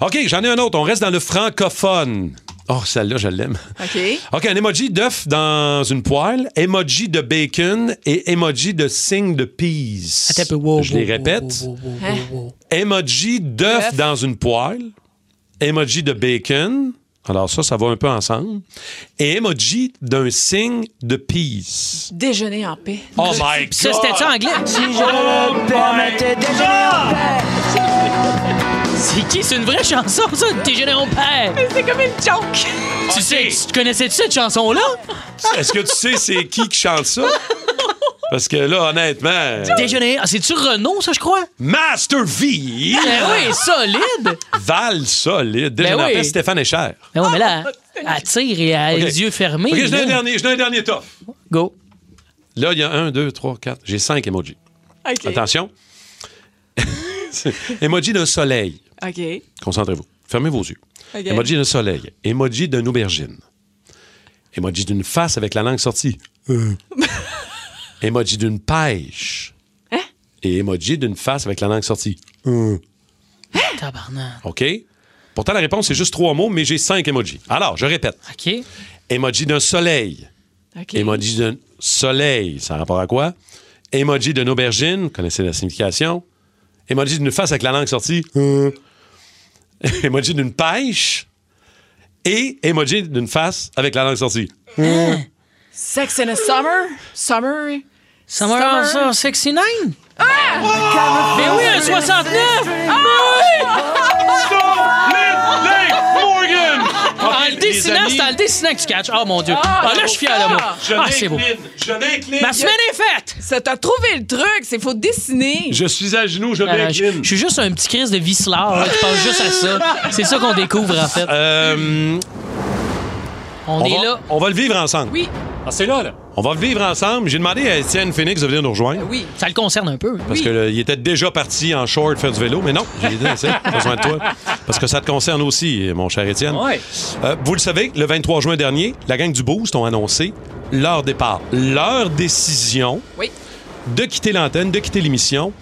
Speaker 2: OK, j'en ai un autre. On reste dans le francophone. Oh, celle-là, je l'aime.
Speaker 4: OK.
Speaker 2: OK, un emoji d'œuf dans une poêle, emoji de bacon et emoji de signe de peas. je les répète.
Speaker 4: Hein?
Speaker 2: Emoji d'œuf dans une poêle, emoji de bacon. Alors ça, ça va un peu ensemble. Et emoji d'un signe de peas.
Speaker 4: Déjeuner en paix.
Speaker 2: Oh my God!
Speaker 3: Ça, c'était-tu en anglais?
Speaker 4: Si je
Speaker 2: Ah.
Speaker 4: le permettais, déjeuner en
Speaker 3: C'est qui? C'est une vraie chanson, ça? T'es gêné mon père!
Speaker 4: C'est comme une joke.
Speaker 3: Tu sais, tu tu connaissais-tu cette chanson-là?
Speaker 2: Est-ce que tu sais c'est qui qui chante ça? Parce que là, honnêtement... euh,
Speaker 3: Déjeuner. Ah, c'est-tu Renault, ça, je crois?
Speaker 2: Master V!
Speaker 3: Ben oui, solide!
Speaker 2: Val solide. Déjà,
Speaker 3: Ben
Speaker 2: en
Speaker 3: oui.
Speaker 2: fait, Stéphane Echer.
Speaker 3: Ben oui, mais là, elle tire et elle a
Speaker 2: Ok.
Speaker 3: les yeux fermés.
Speaker 2: OK, je
Speaker 3: là.
Speaker 2: donne un dernier, je donne un dernier tof.
Speaker 3: Go.
Speaker 2: Là, il y a un, deux, trois, quatre. J'ai cinq emojis.
Speaker 4: OK.
Speaker 2: Attention. <laughs> emoji d'un soleil.
Speaker 4: OK.
Speaker 2: Concentrez-vous. Fermez vos yeux.
Speaker 4: OK.
Speaker 2: Emoji d'un soleil. Emoji d'une aubergine. Emoji d'une face avec la langue sortie. Euh. emoji d'une pêche. Et emoji d'une face avec la langue sortie. Euh.
Speaker 3: Tabarnak.
Speaker 2: OK? Pourtant, la réponse, c'est juste trois mots, mais j'ai cinq emojis. Alors, je répète.
Speaker 3: OK.
Speaker 2: Emoji d'un soleil.
Speaker 4: OK.
Speaker 2: Emoji d'un soleil, ça a rapport à quoi? Emoji d'une aubergine, vous connaissez la signification. Emoji d'une face avec la langue sortie. <laughs> Euh. Emoji d'une pêche. Et emoji d'une face avec la langue sortie. Euh.
Speaker 4: Sex in a summer. Summer.
Speaker 3: Summer,
Speaker 4: Summer.
Speaker 3: summer. 69?
Speaker 4: Ah!
Speaker 3: Mais Ben oui, un 69!
Speaker 2: Morgan!
Speaker 3: En Ah, le dessinant, c'est en le dessinant que tu catches. Oh mon Dieu. Ah, là, je suis fier de moi. Ah, c'est beau.
Speaker 2: Je m'incline.
Speaker 3: Ma semaine est faite!
Speaker 4: Ça t'a trouvé le truc, c'est faut dessiner.
Speaker 2: Je suis à genoux, je
Speaker 3: Ah, Je je suis juste un petit crise de vicelard. là, Je pense juste
Speaker 2: <laughs>
Speaker 3: à ça. C'est ça qu'on découvre, en fait. On, est
Speaker 2: va,
Speaker 3: là.
Speaker 2: Euh, On va le vivre ensemble.
Speaker 4: Oui.
Speaker 2: Ah, c'est là, là. On va le vivre ensemble. J'ai demandé à Étienne Phoenix de venir nous rejoindre.
Speaker 4: Oui.
Speaker 3: Ça le concerne un peu.
Speaker 2: Parce que là, il était déjà parti en short faire du vélo, mais non, j'ai dit, <laughs> c'est pas besoin de toi. Parce que ça te concerne aussi, mon cher Étienne.
Speaker 14: Ouais.
Speaker 2: Euh, vous le savez, le 23 juin dernier, la gang du Boost ont annoncé leur départ, leur décision
Speaker 4: Oui.
Speaker 2: de quitter l'antenne, de quitter l'émission.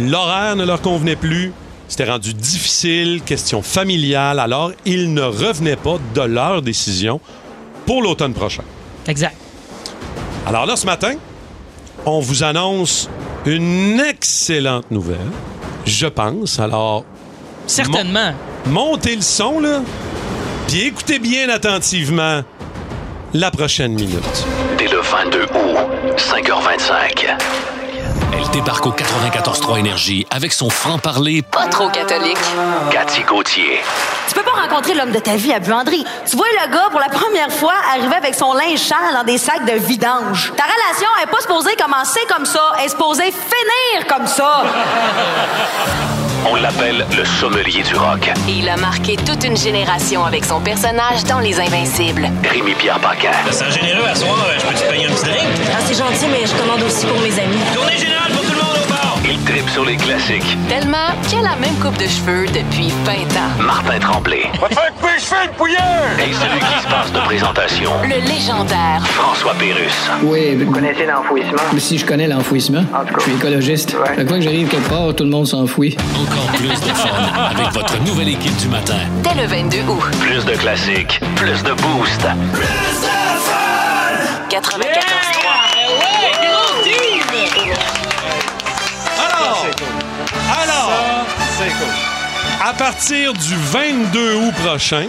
Speaker 2: L'horaire ne leur convenait plus. C'était rendu difficile, question familiale. Alors, ils ne revenaient pas de leur décision pour l'automne prochain.
Speaker 3: Exact.
Speaker 2: Alors là, ce matin, on vous annonce une excellente nouvelle, je pense. Alors.
Speaker 3: Certainement.
Speaker 2: montez le son, là, puis écoutez bien attentivement la prochaine minute.
Speaker 19: Dès le 22 août, 5h25. Elle débarque au 94.3 Énergie avec son franc-parler
Speaker 13: Ah,
Speaker 12: Pas trop catholique.
Speaker 19: Cathy Gauthier.
Speaker 12: Tu peux pas rencontrer l'homme de ta vie à Buanderie. Tu vois le gars pour la première fois arriver avec son linge sale dans des sacs de vidange. Ta relation est pas supposée commencer comme ça, elle est supposée finir comme ça.
Speaker 19: On l'appelle le sommelier du rock.
Speaker 1: Il a marqué toute une génération avec son personnage dans Les Invincibles.
Speaker 19: Rémi-Pierre Paquin.
Speaker 13: C'est généreux à soir, je peux te payer un petit drink?
Speaker 12: Ah, c'est gentil, mais je commande aussi pour mes amis.
Speaker 13: Tournée générale pour tout le monde au bar!
Speaker 19: Il tripe sur les classiques.
Speaker 1: Tellement qu'il a la même coupe de cheveux depuis 20 ans.
Speaker 19: Martin Tremblay. Va te faire couper les cheveux, le pouilleur! Et celui qui se passe de présentation.
Speaker 1: Le légendaire
Speaker 19: François Pérusse.
Speaker 16: Oui. Vous connaissez l'enfouissement? Si je connais l'enfouissement, je suis écologiste. Fait que quoi que j'arrive quelque part, tout le monde s'enfouit.
Speaker 19: Encore plus de fun avec votre nouvelle équipe du matin.
Speaker 1: dès le 22 août.
Speaker 19: Plus de classiques, plus de boost.
Speaker 1: 94
Speaker 2: Alors, alors, à partir du 22 août prochain,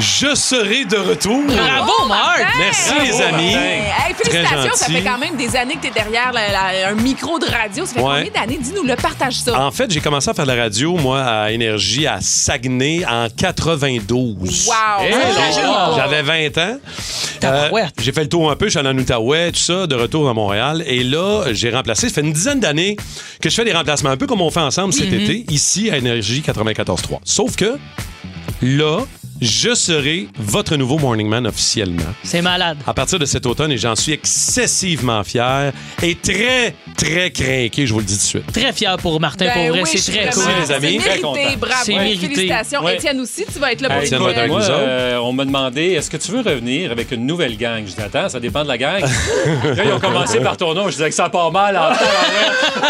Speaker 2: je serai de retour.
Speaker 4: Bravo, Marc!
Speaker 2: Merci,
Speaker 4: Bravo,
Speaker 2: les amis.
Speaker 4: Hey,
Speaker 2: Très
Speaker 4: félicitations,
Speaker 2: gentil.
Speaker 4: ça fait quand même des années que tu es derrière la- la- un micro de radio. Ça fait
Speaker 2: Ouais. Ah,
Speaker 4: combien d'années? Dis-nous, le partage ça.
Speaker 2: En fait, j'ai commencé à faire de la radio, moi, à Énergie, à Saguenay, en 92.
Speaker 4: Wow! Hein?
Speaker 2: Eh,
Speaker 4: Ça
Speaker 2: donc,
Speaker 4: rajeunit pas.
Speaker 2: J'avais 20 ans. Euh, j'ai fait le tour un peu, je suis allé en Outaouais, tout ça, de retour à Montréal. Et là, j'ai remplacé. Ça fait une dizaine d'années que je fais des remplacements, un peu comme on fait ensemble cet
Speaker 11: Mhm.
Speaker 2: été, ici à Énergie 94.3. Sauf que là, Je serai votre nouveau Morning Man officiellement.
Speaker 3: C'est malade.
Speaker 2: À partir de cet automne, et j'en suis excessivement fier et très, très craqué, je vous le dis tout de suite.
Speaker 3: Très fier pour Martin,
Speaker 4: Ben
Speaker 3: pour vrai,
Speaker 4: oui, je suis
Speaker 3: c'est très cool.
Speaker 4: vraiment-
Speaker 2: les amis.
Speaker 4: C'est
Speaker 2: Très
Speaker 4: mérité,
Speaker 2: content.
Speaker 4: bravo.
Speaker 3: C'est mérité.
Speaker 4: Félicitations.
Speaker 14: Ouais.
Speaker 4: Étienne aussi, tu vas être là pour
Speaker 14: Hey,
Speaker 4: nous.
Speaker 14: écoute, moi, euh, on m'a demandé est-ce que tu veux revenir avec une nouvelle gang. Je dis attends, ça dépend de
Speaker 2: <laughs>
Speaker 14: la gang. là, ils ont commencé par ton nom. Je disais que ça part mal. en temps.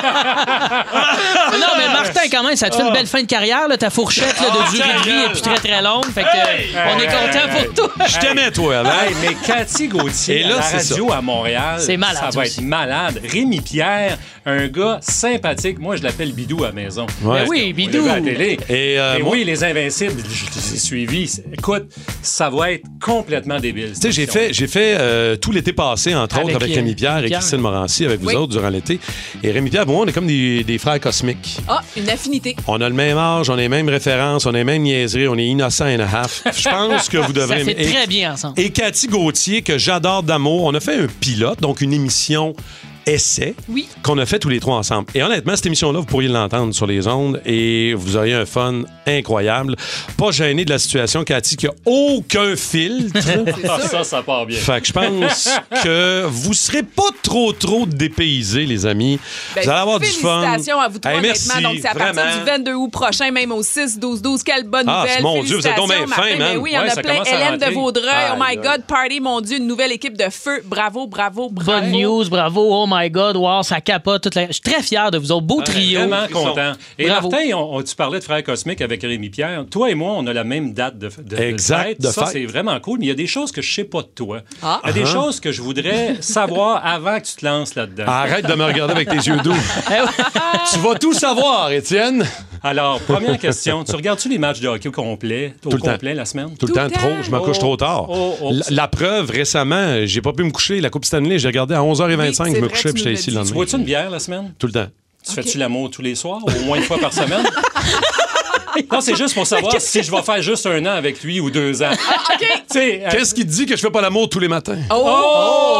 Speaker 3: non, mais Martin, quand même, ça te fait
Speaker 2: Ah.
Speaker 3: une belle fin de carrière. Là, ta fourchette là, de durée de vie est plus très, très longue. Fait que, euh, on est content pour toi.
Speaker 2: Je t'aimais, toi, avant.
Speaker 14: Hey, mais Cathy Gauthier,
Speaker 2: Et là,
Speaker 14: à la
Speaker 2: c'est ça.
Speaker 14: radio à Montréal,
Speaker 3: C'est malade,
Speaker 14: ça va
Speaker 3: aussi.
Speaker 14: être malade. Rémi Pierre, un gars sympathique. Moi, je l'appelle Bidou à la maison.
Speaker 2: Ouais.
Speaker 3: Ben
Speaker 14: Parce
Speaker 2: Oui,
Speaker 14: qu'on l'a
Speaker 2: Bidou.
Speaker 14: vu à la télé.
Speaker 2: Et, euh,
Speaker 14: Mais
Speaker 2: moi-
Speaker 14: oui, Les Invincibles, je les ai suivis. C'est- Écoute, ça va être complètement débile.
Speaker 2: Tu sais, j'ai fait, j'ai fait euh, tout l'été passé, entre
Speaker 14: Avec,
Speaker 2: autres, avec
Speaker 14: euh,
Speaker 2: Rémi Pierre et
Speaker 14: Pierre.
Speaker 2: Christine Morancy, avec vous
Speaker 4: Oui.
Speaker 2: autres, durant l'été. Et Rémi Pierre, moi, on est comme des, des frères cosmiques.
Speaker 4: Ah, une affinité.
Speaker 2: On a le même âge, on a les mêmes références, on a les mêmes niaiseries, on est innocent and a half. Je pense que vous devrez...
Speaker 3: Ça fait
Speaker 2: et-
Speaker 3: très bien ensemble.
Speaker 2: Et Cathy Gauthier, que j'adore d'amour, on a fait un pilote, donc une émission essai
Speaker 3: Oui.
Speaker 2: qu'on a fait tous les trois ensemble. Et honnêtement, cette émission-là, vous pourriez l'entendre sur les ondes et vous auriez un fun incroyable. Pas gêné de la situation, Cathy, qui a aucun filtre.
Speaker 3: <laughs>
Speaker 14: Ah, ça, ça part bien.
Speaker 2: Fait que je
Speaker 4: <laughs>
Speaker 2: pense que vous serez pas trop, trop dépaysés, les amis.
Speaker 4: Ben,
Speaker 2: vous allez avoir du fun.
Speaker 4: Félicitations à vous trois,
Speaker 2: Hey, merci,
Speaker 4: honnêtement. Donc, c'est à partir
Speaker 2: vraiment.
Speaker 4: du 22 août prochain, même au 6-12-12. Quelle bonne
Speaker 2: Ah,
Speaker 4: nouvelle.
Speaker 2: mon Dieu, vous êtes donc bien
Speaker 4: Félicitations, Martin.
Speaker 2: fin, man.
Speaker 4: Mais oui, il y en
Speaker 2: Ouais,
Speaker 4: a
Speaker 2: ça
Speaker 4: plein.
Speaker 2: commence à
Speaker 4: Hélène de
Speaker 2: rentrer.
Speaker 4: Vaudreuil, oh my
Speaker 2: Aïe,
Speaker 4: God, party, mon Dieu, une nouvelle équipe de feu. Bravo, bravo, bravo.
Speaker 3: Bonne news, bravo, oh my god, wow, ça capote. Toute la... Je suis très fier de vous autres, beau trio.
Speaker 14: Vraiment content. Et
Speaker 3: Bravo.
Speaker 14: Martin, on- on- tu parlais de Frères Cosmiques avec Rémi Pierre. Toi et moi, on a la même date de, de- de
Speaker 2: Exact,
Speaker 14: fête.
Speaker 2: de
Speaker 14: ça,
Speaker 2: fête.
Speaker 14: c'est vraiment cool. Mais il y a des choses que je sais pas de toi.
Speaker 2: Ah.
Speaker 14: Il y a des
Speaker 2: Uh-huh.
Speaker 14: choses que je voudrais savoir avant que tu te lances là-dedans.
Speaker 2: Arrête de me regarder avec tes
Speaker 4: <laughs>
Speaker 2: yeux doux.
Speaker 4: Eh
Speaker 14: tu
Speaker 2: vas tout savoir, Étienne.
Speaker 14: Alors, première question. Tu regardes-tu les matchs de hockey au complet, au
Speaker 2: Tout le temps.
Speaker 14: complet la semaine?
Speaker 2: Tout le temps, trop. Je me couche
Speaker 14: Oh,
Speaker 2: trop tard.
Speaker 14: oh, oh.
Speaker 2: La, la preuve, récemment, j'ai pas pu me coucher. La Coupe Stanley, j'ai regardé à 11h25. je me couchais puis j'étais ici le
Speaker 14: Tu
Speaker 2: lendemain.
Speaker 14: bois-tu une bière la semaine?
Speaker 2: Tout le temps.
Speaker 14: Tu fais-tu l'amour tous les soirs, au moins une fois par semaine? Non, c'est juste pour savoir si je vais faire juste un an avec lui ou deux ans. euh,
Speaker 2: Qu'est-ce qui te dit que je fais pas l'amour tous les matins?
Speaker 4: Oh!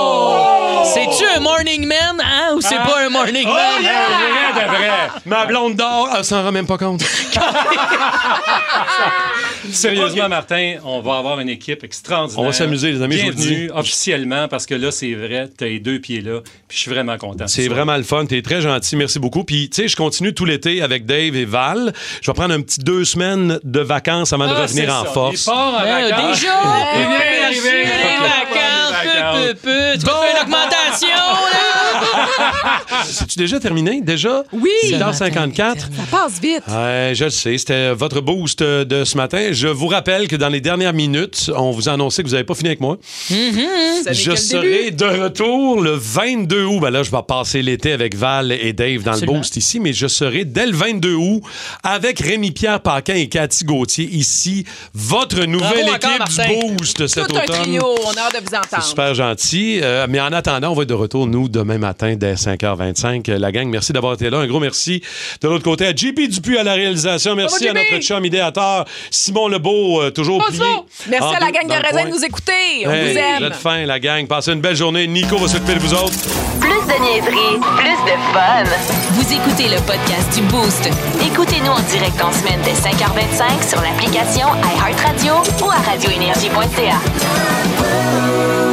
Speaker 3: C'est-tu un morning man, hein, ou c'est pas un
Speaker 14: Oh,
Speaker 3: morning man?
Speaker 14: Rien de vrai.
Speaker 2: Ma blonde d'or, elle s'en rend même pas compte.
Speaker 14: Sérieusement, Martin, on va avoir une équipe extraordinaire.
Speaker 2: On va s'amuser, les amis, je vous le
Speaker 14: Bienvenue
Speaker 2: dis.
Speaker 14: officiellement, parce que là, c'est vrai, t'as les deux pieds là, puis je suis vraiment content.
Speaker 2: C'est vraiment le fun. T'es très gentil. Merci beaucoup. Puis, tu sais, je continue tout l'été avec Dave et Val. Je vais prendre un petit deux semaines de vacances avant de
Speaker 14: Ah,
Speaker 2: revenir
Speaker 14: c'est
Speaker 2: en
Speaker 14: ça.
Speaker 2: force.
Speaker 14: Il part en
Speaker 3: Euh,
Speaker 14: vacances.
Speaker 3: déjà?
Speaker 4: oh,
Speaker 14: Il vient
Speaker 3: Ouais,
Speaker 14: d'arriver.
Speaker 3: les vacances,
Speaker 14: Les vacances.
Speaker 3: peu, peu, peu. Tu fais une augmentation, là!
Speaker 2: Ah, C'est-tu déjà terminé? Déjà?
Speaker 4: Oui.
Speaker 2: 8h54.
Speaker 4: Ça passe vite.
Speaker 2: Ouais, je le sais, c'était votre boost euh, de ce matin. Je vous rappelle que dans les dernières minutes, on vous a annoncé que vous n'avez pas fini avec moi.
Speaker 4: Ça n'est que
Speaker 2: Je
Speaker 4: le
Speaker 2: serai de retour le 22 août. Ben là, je vais passer l'été avec Val et Dave dans le
Speaker 3: Absolument.
Speaker 2: boost ici, mais je serai dès le 22 août avec Rémi-Pierre Paquin et Cathy Gauthier ici, votre nouvelle
Speaker 4: encore,
Speaker 2: équipe
Speaker 4: Martin.
Speaker 2: du boost cet
Speaker 4: Tout un
Speaker 2: automne.
Speaker 4: trio. On a hâte de vous
Speaker 2: C'est
Speaker 4: entendre.
Speaker 2: super gentil. Euh, mais en attendant, on va être de retour, nous, demain matin dès 5h25. Euh, La gang, merci d'avoir été là. Un gros merci de l'autre côté à JP Dupuis à la réalisation. Merci
Speaker 4: Bravo,
Speaker 2: à notre
Speaker 4: JP.
Speaker 2: chum idéateur, Simon Lebeau, euh, toujours plié.
Speaker 4: Bonsoir. Merci
Speaker 2: en
Speaker 4: à la
Speaker 2: deux
Speaker 4: gang de
Speaker 2: dans le
Speaker 4: raisins
Speaker 2: coin.
Speaker 4: de nous écouter. On
Speaker 2: Hey,
Speaker 4: vous
Speaker 2: vous
Speaker 4: aime.
Speaker 2: êtes fins, la gang. Passez une belle journée. Nico va s'occuper de vous autres.
Speaker 1: Plus de niaiserie, plus de fun. Vous écoutez le podcast du Boost. Écoutez-nous en direct en semaine dès 5h25 sur l'application iHeartRadio ou à radioénergie.ca.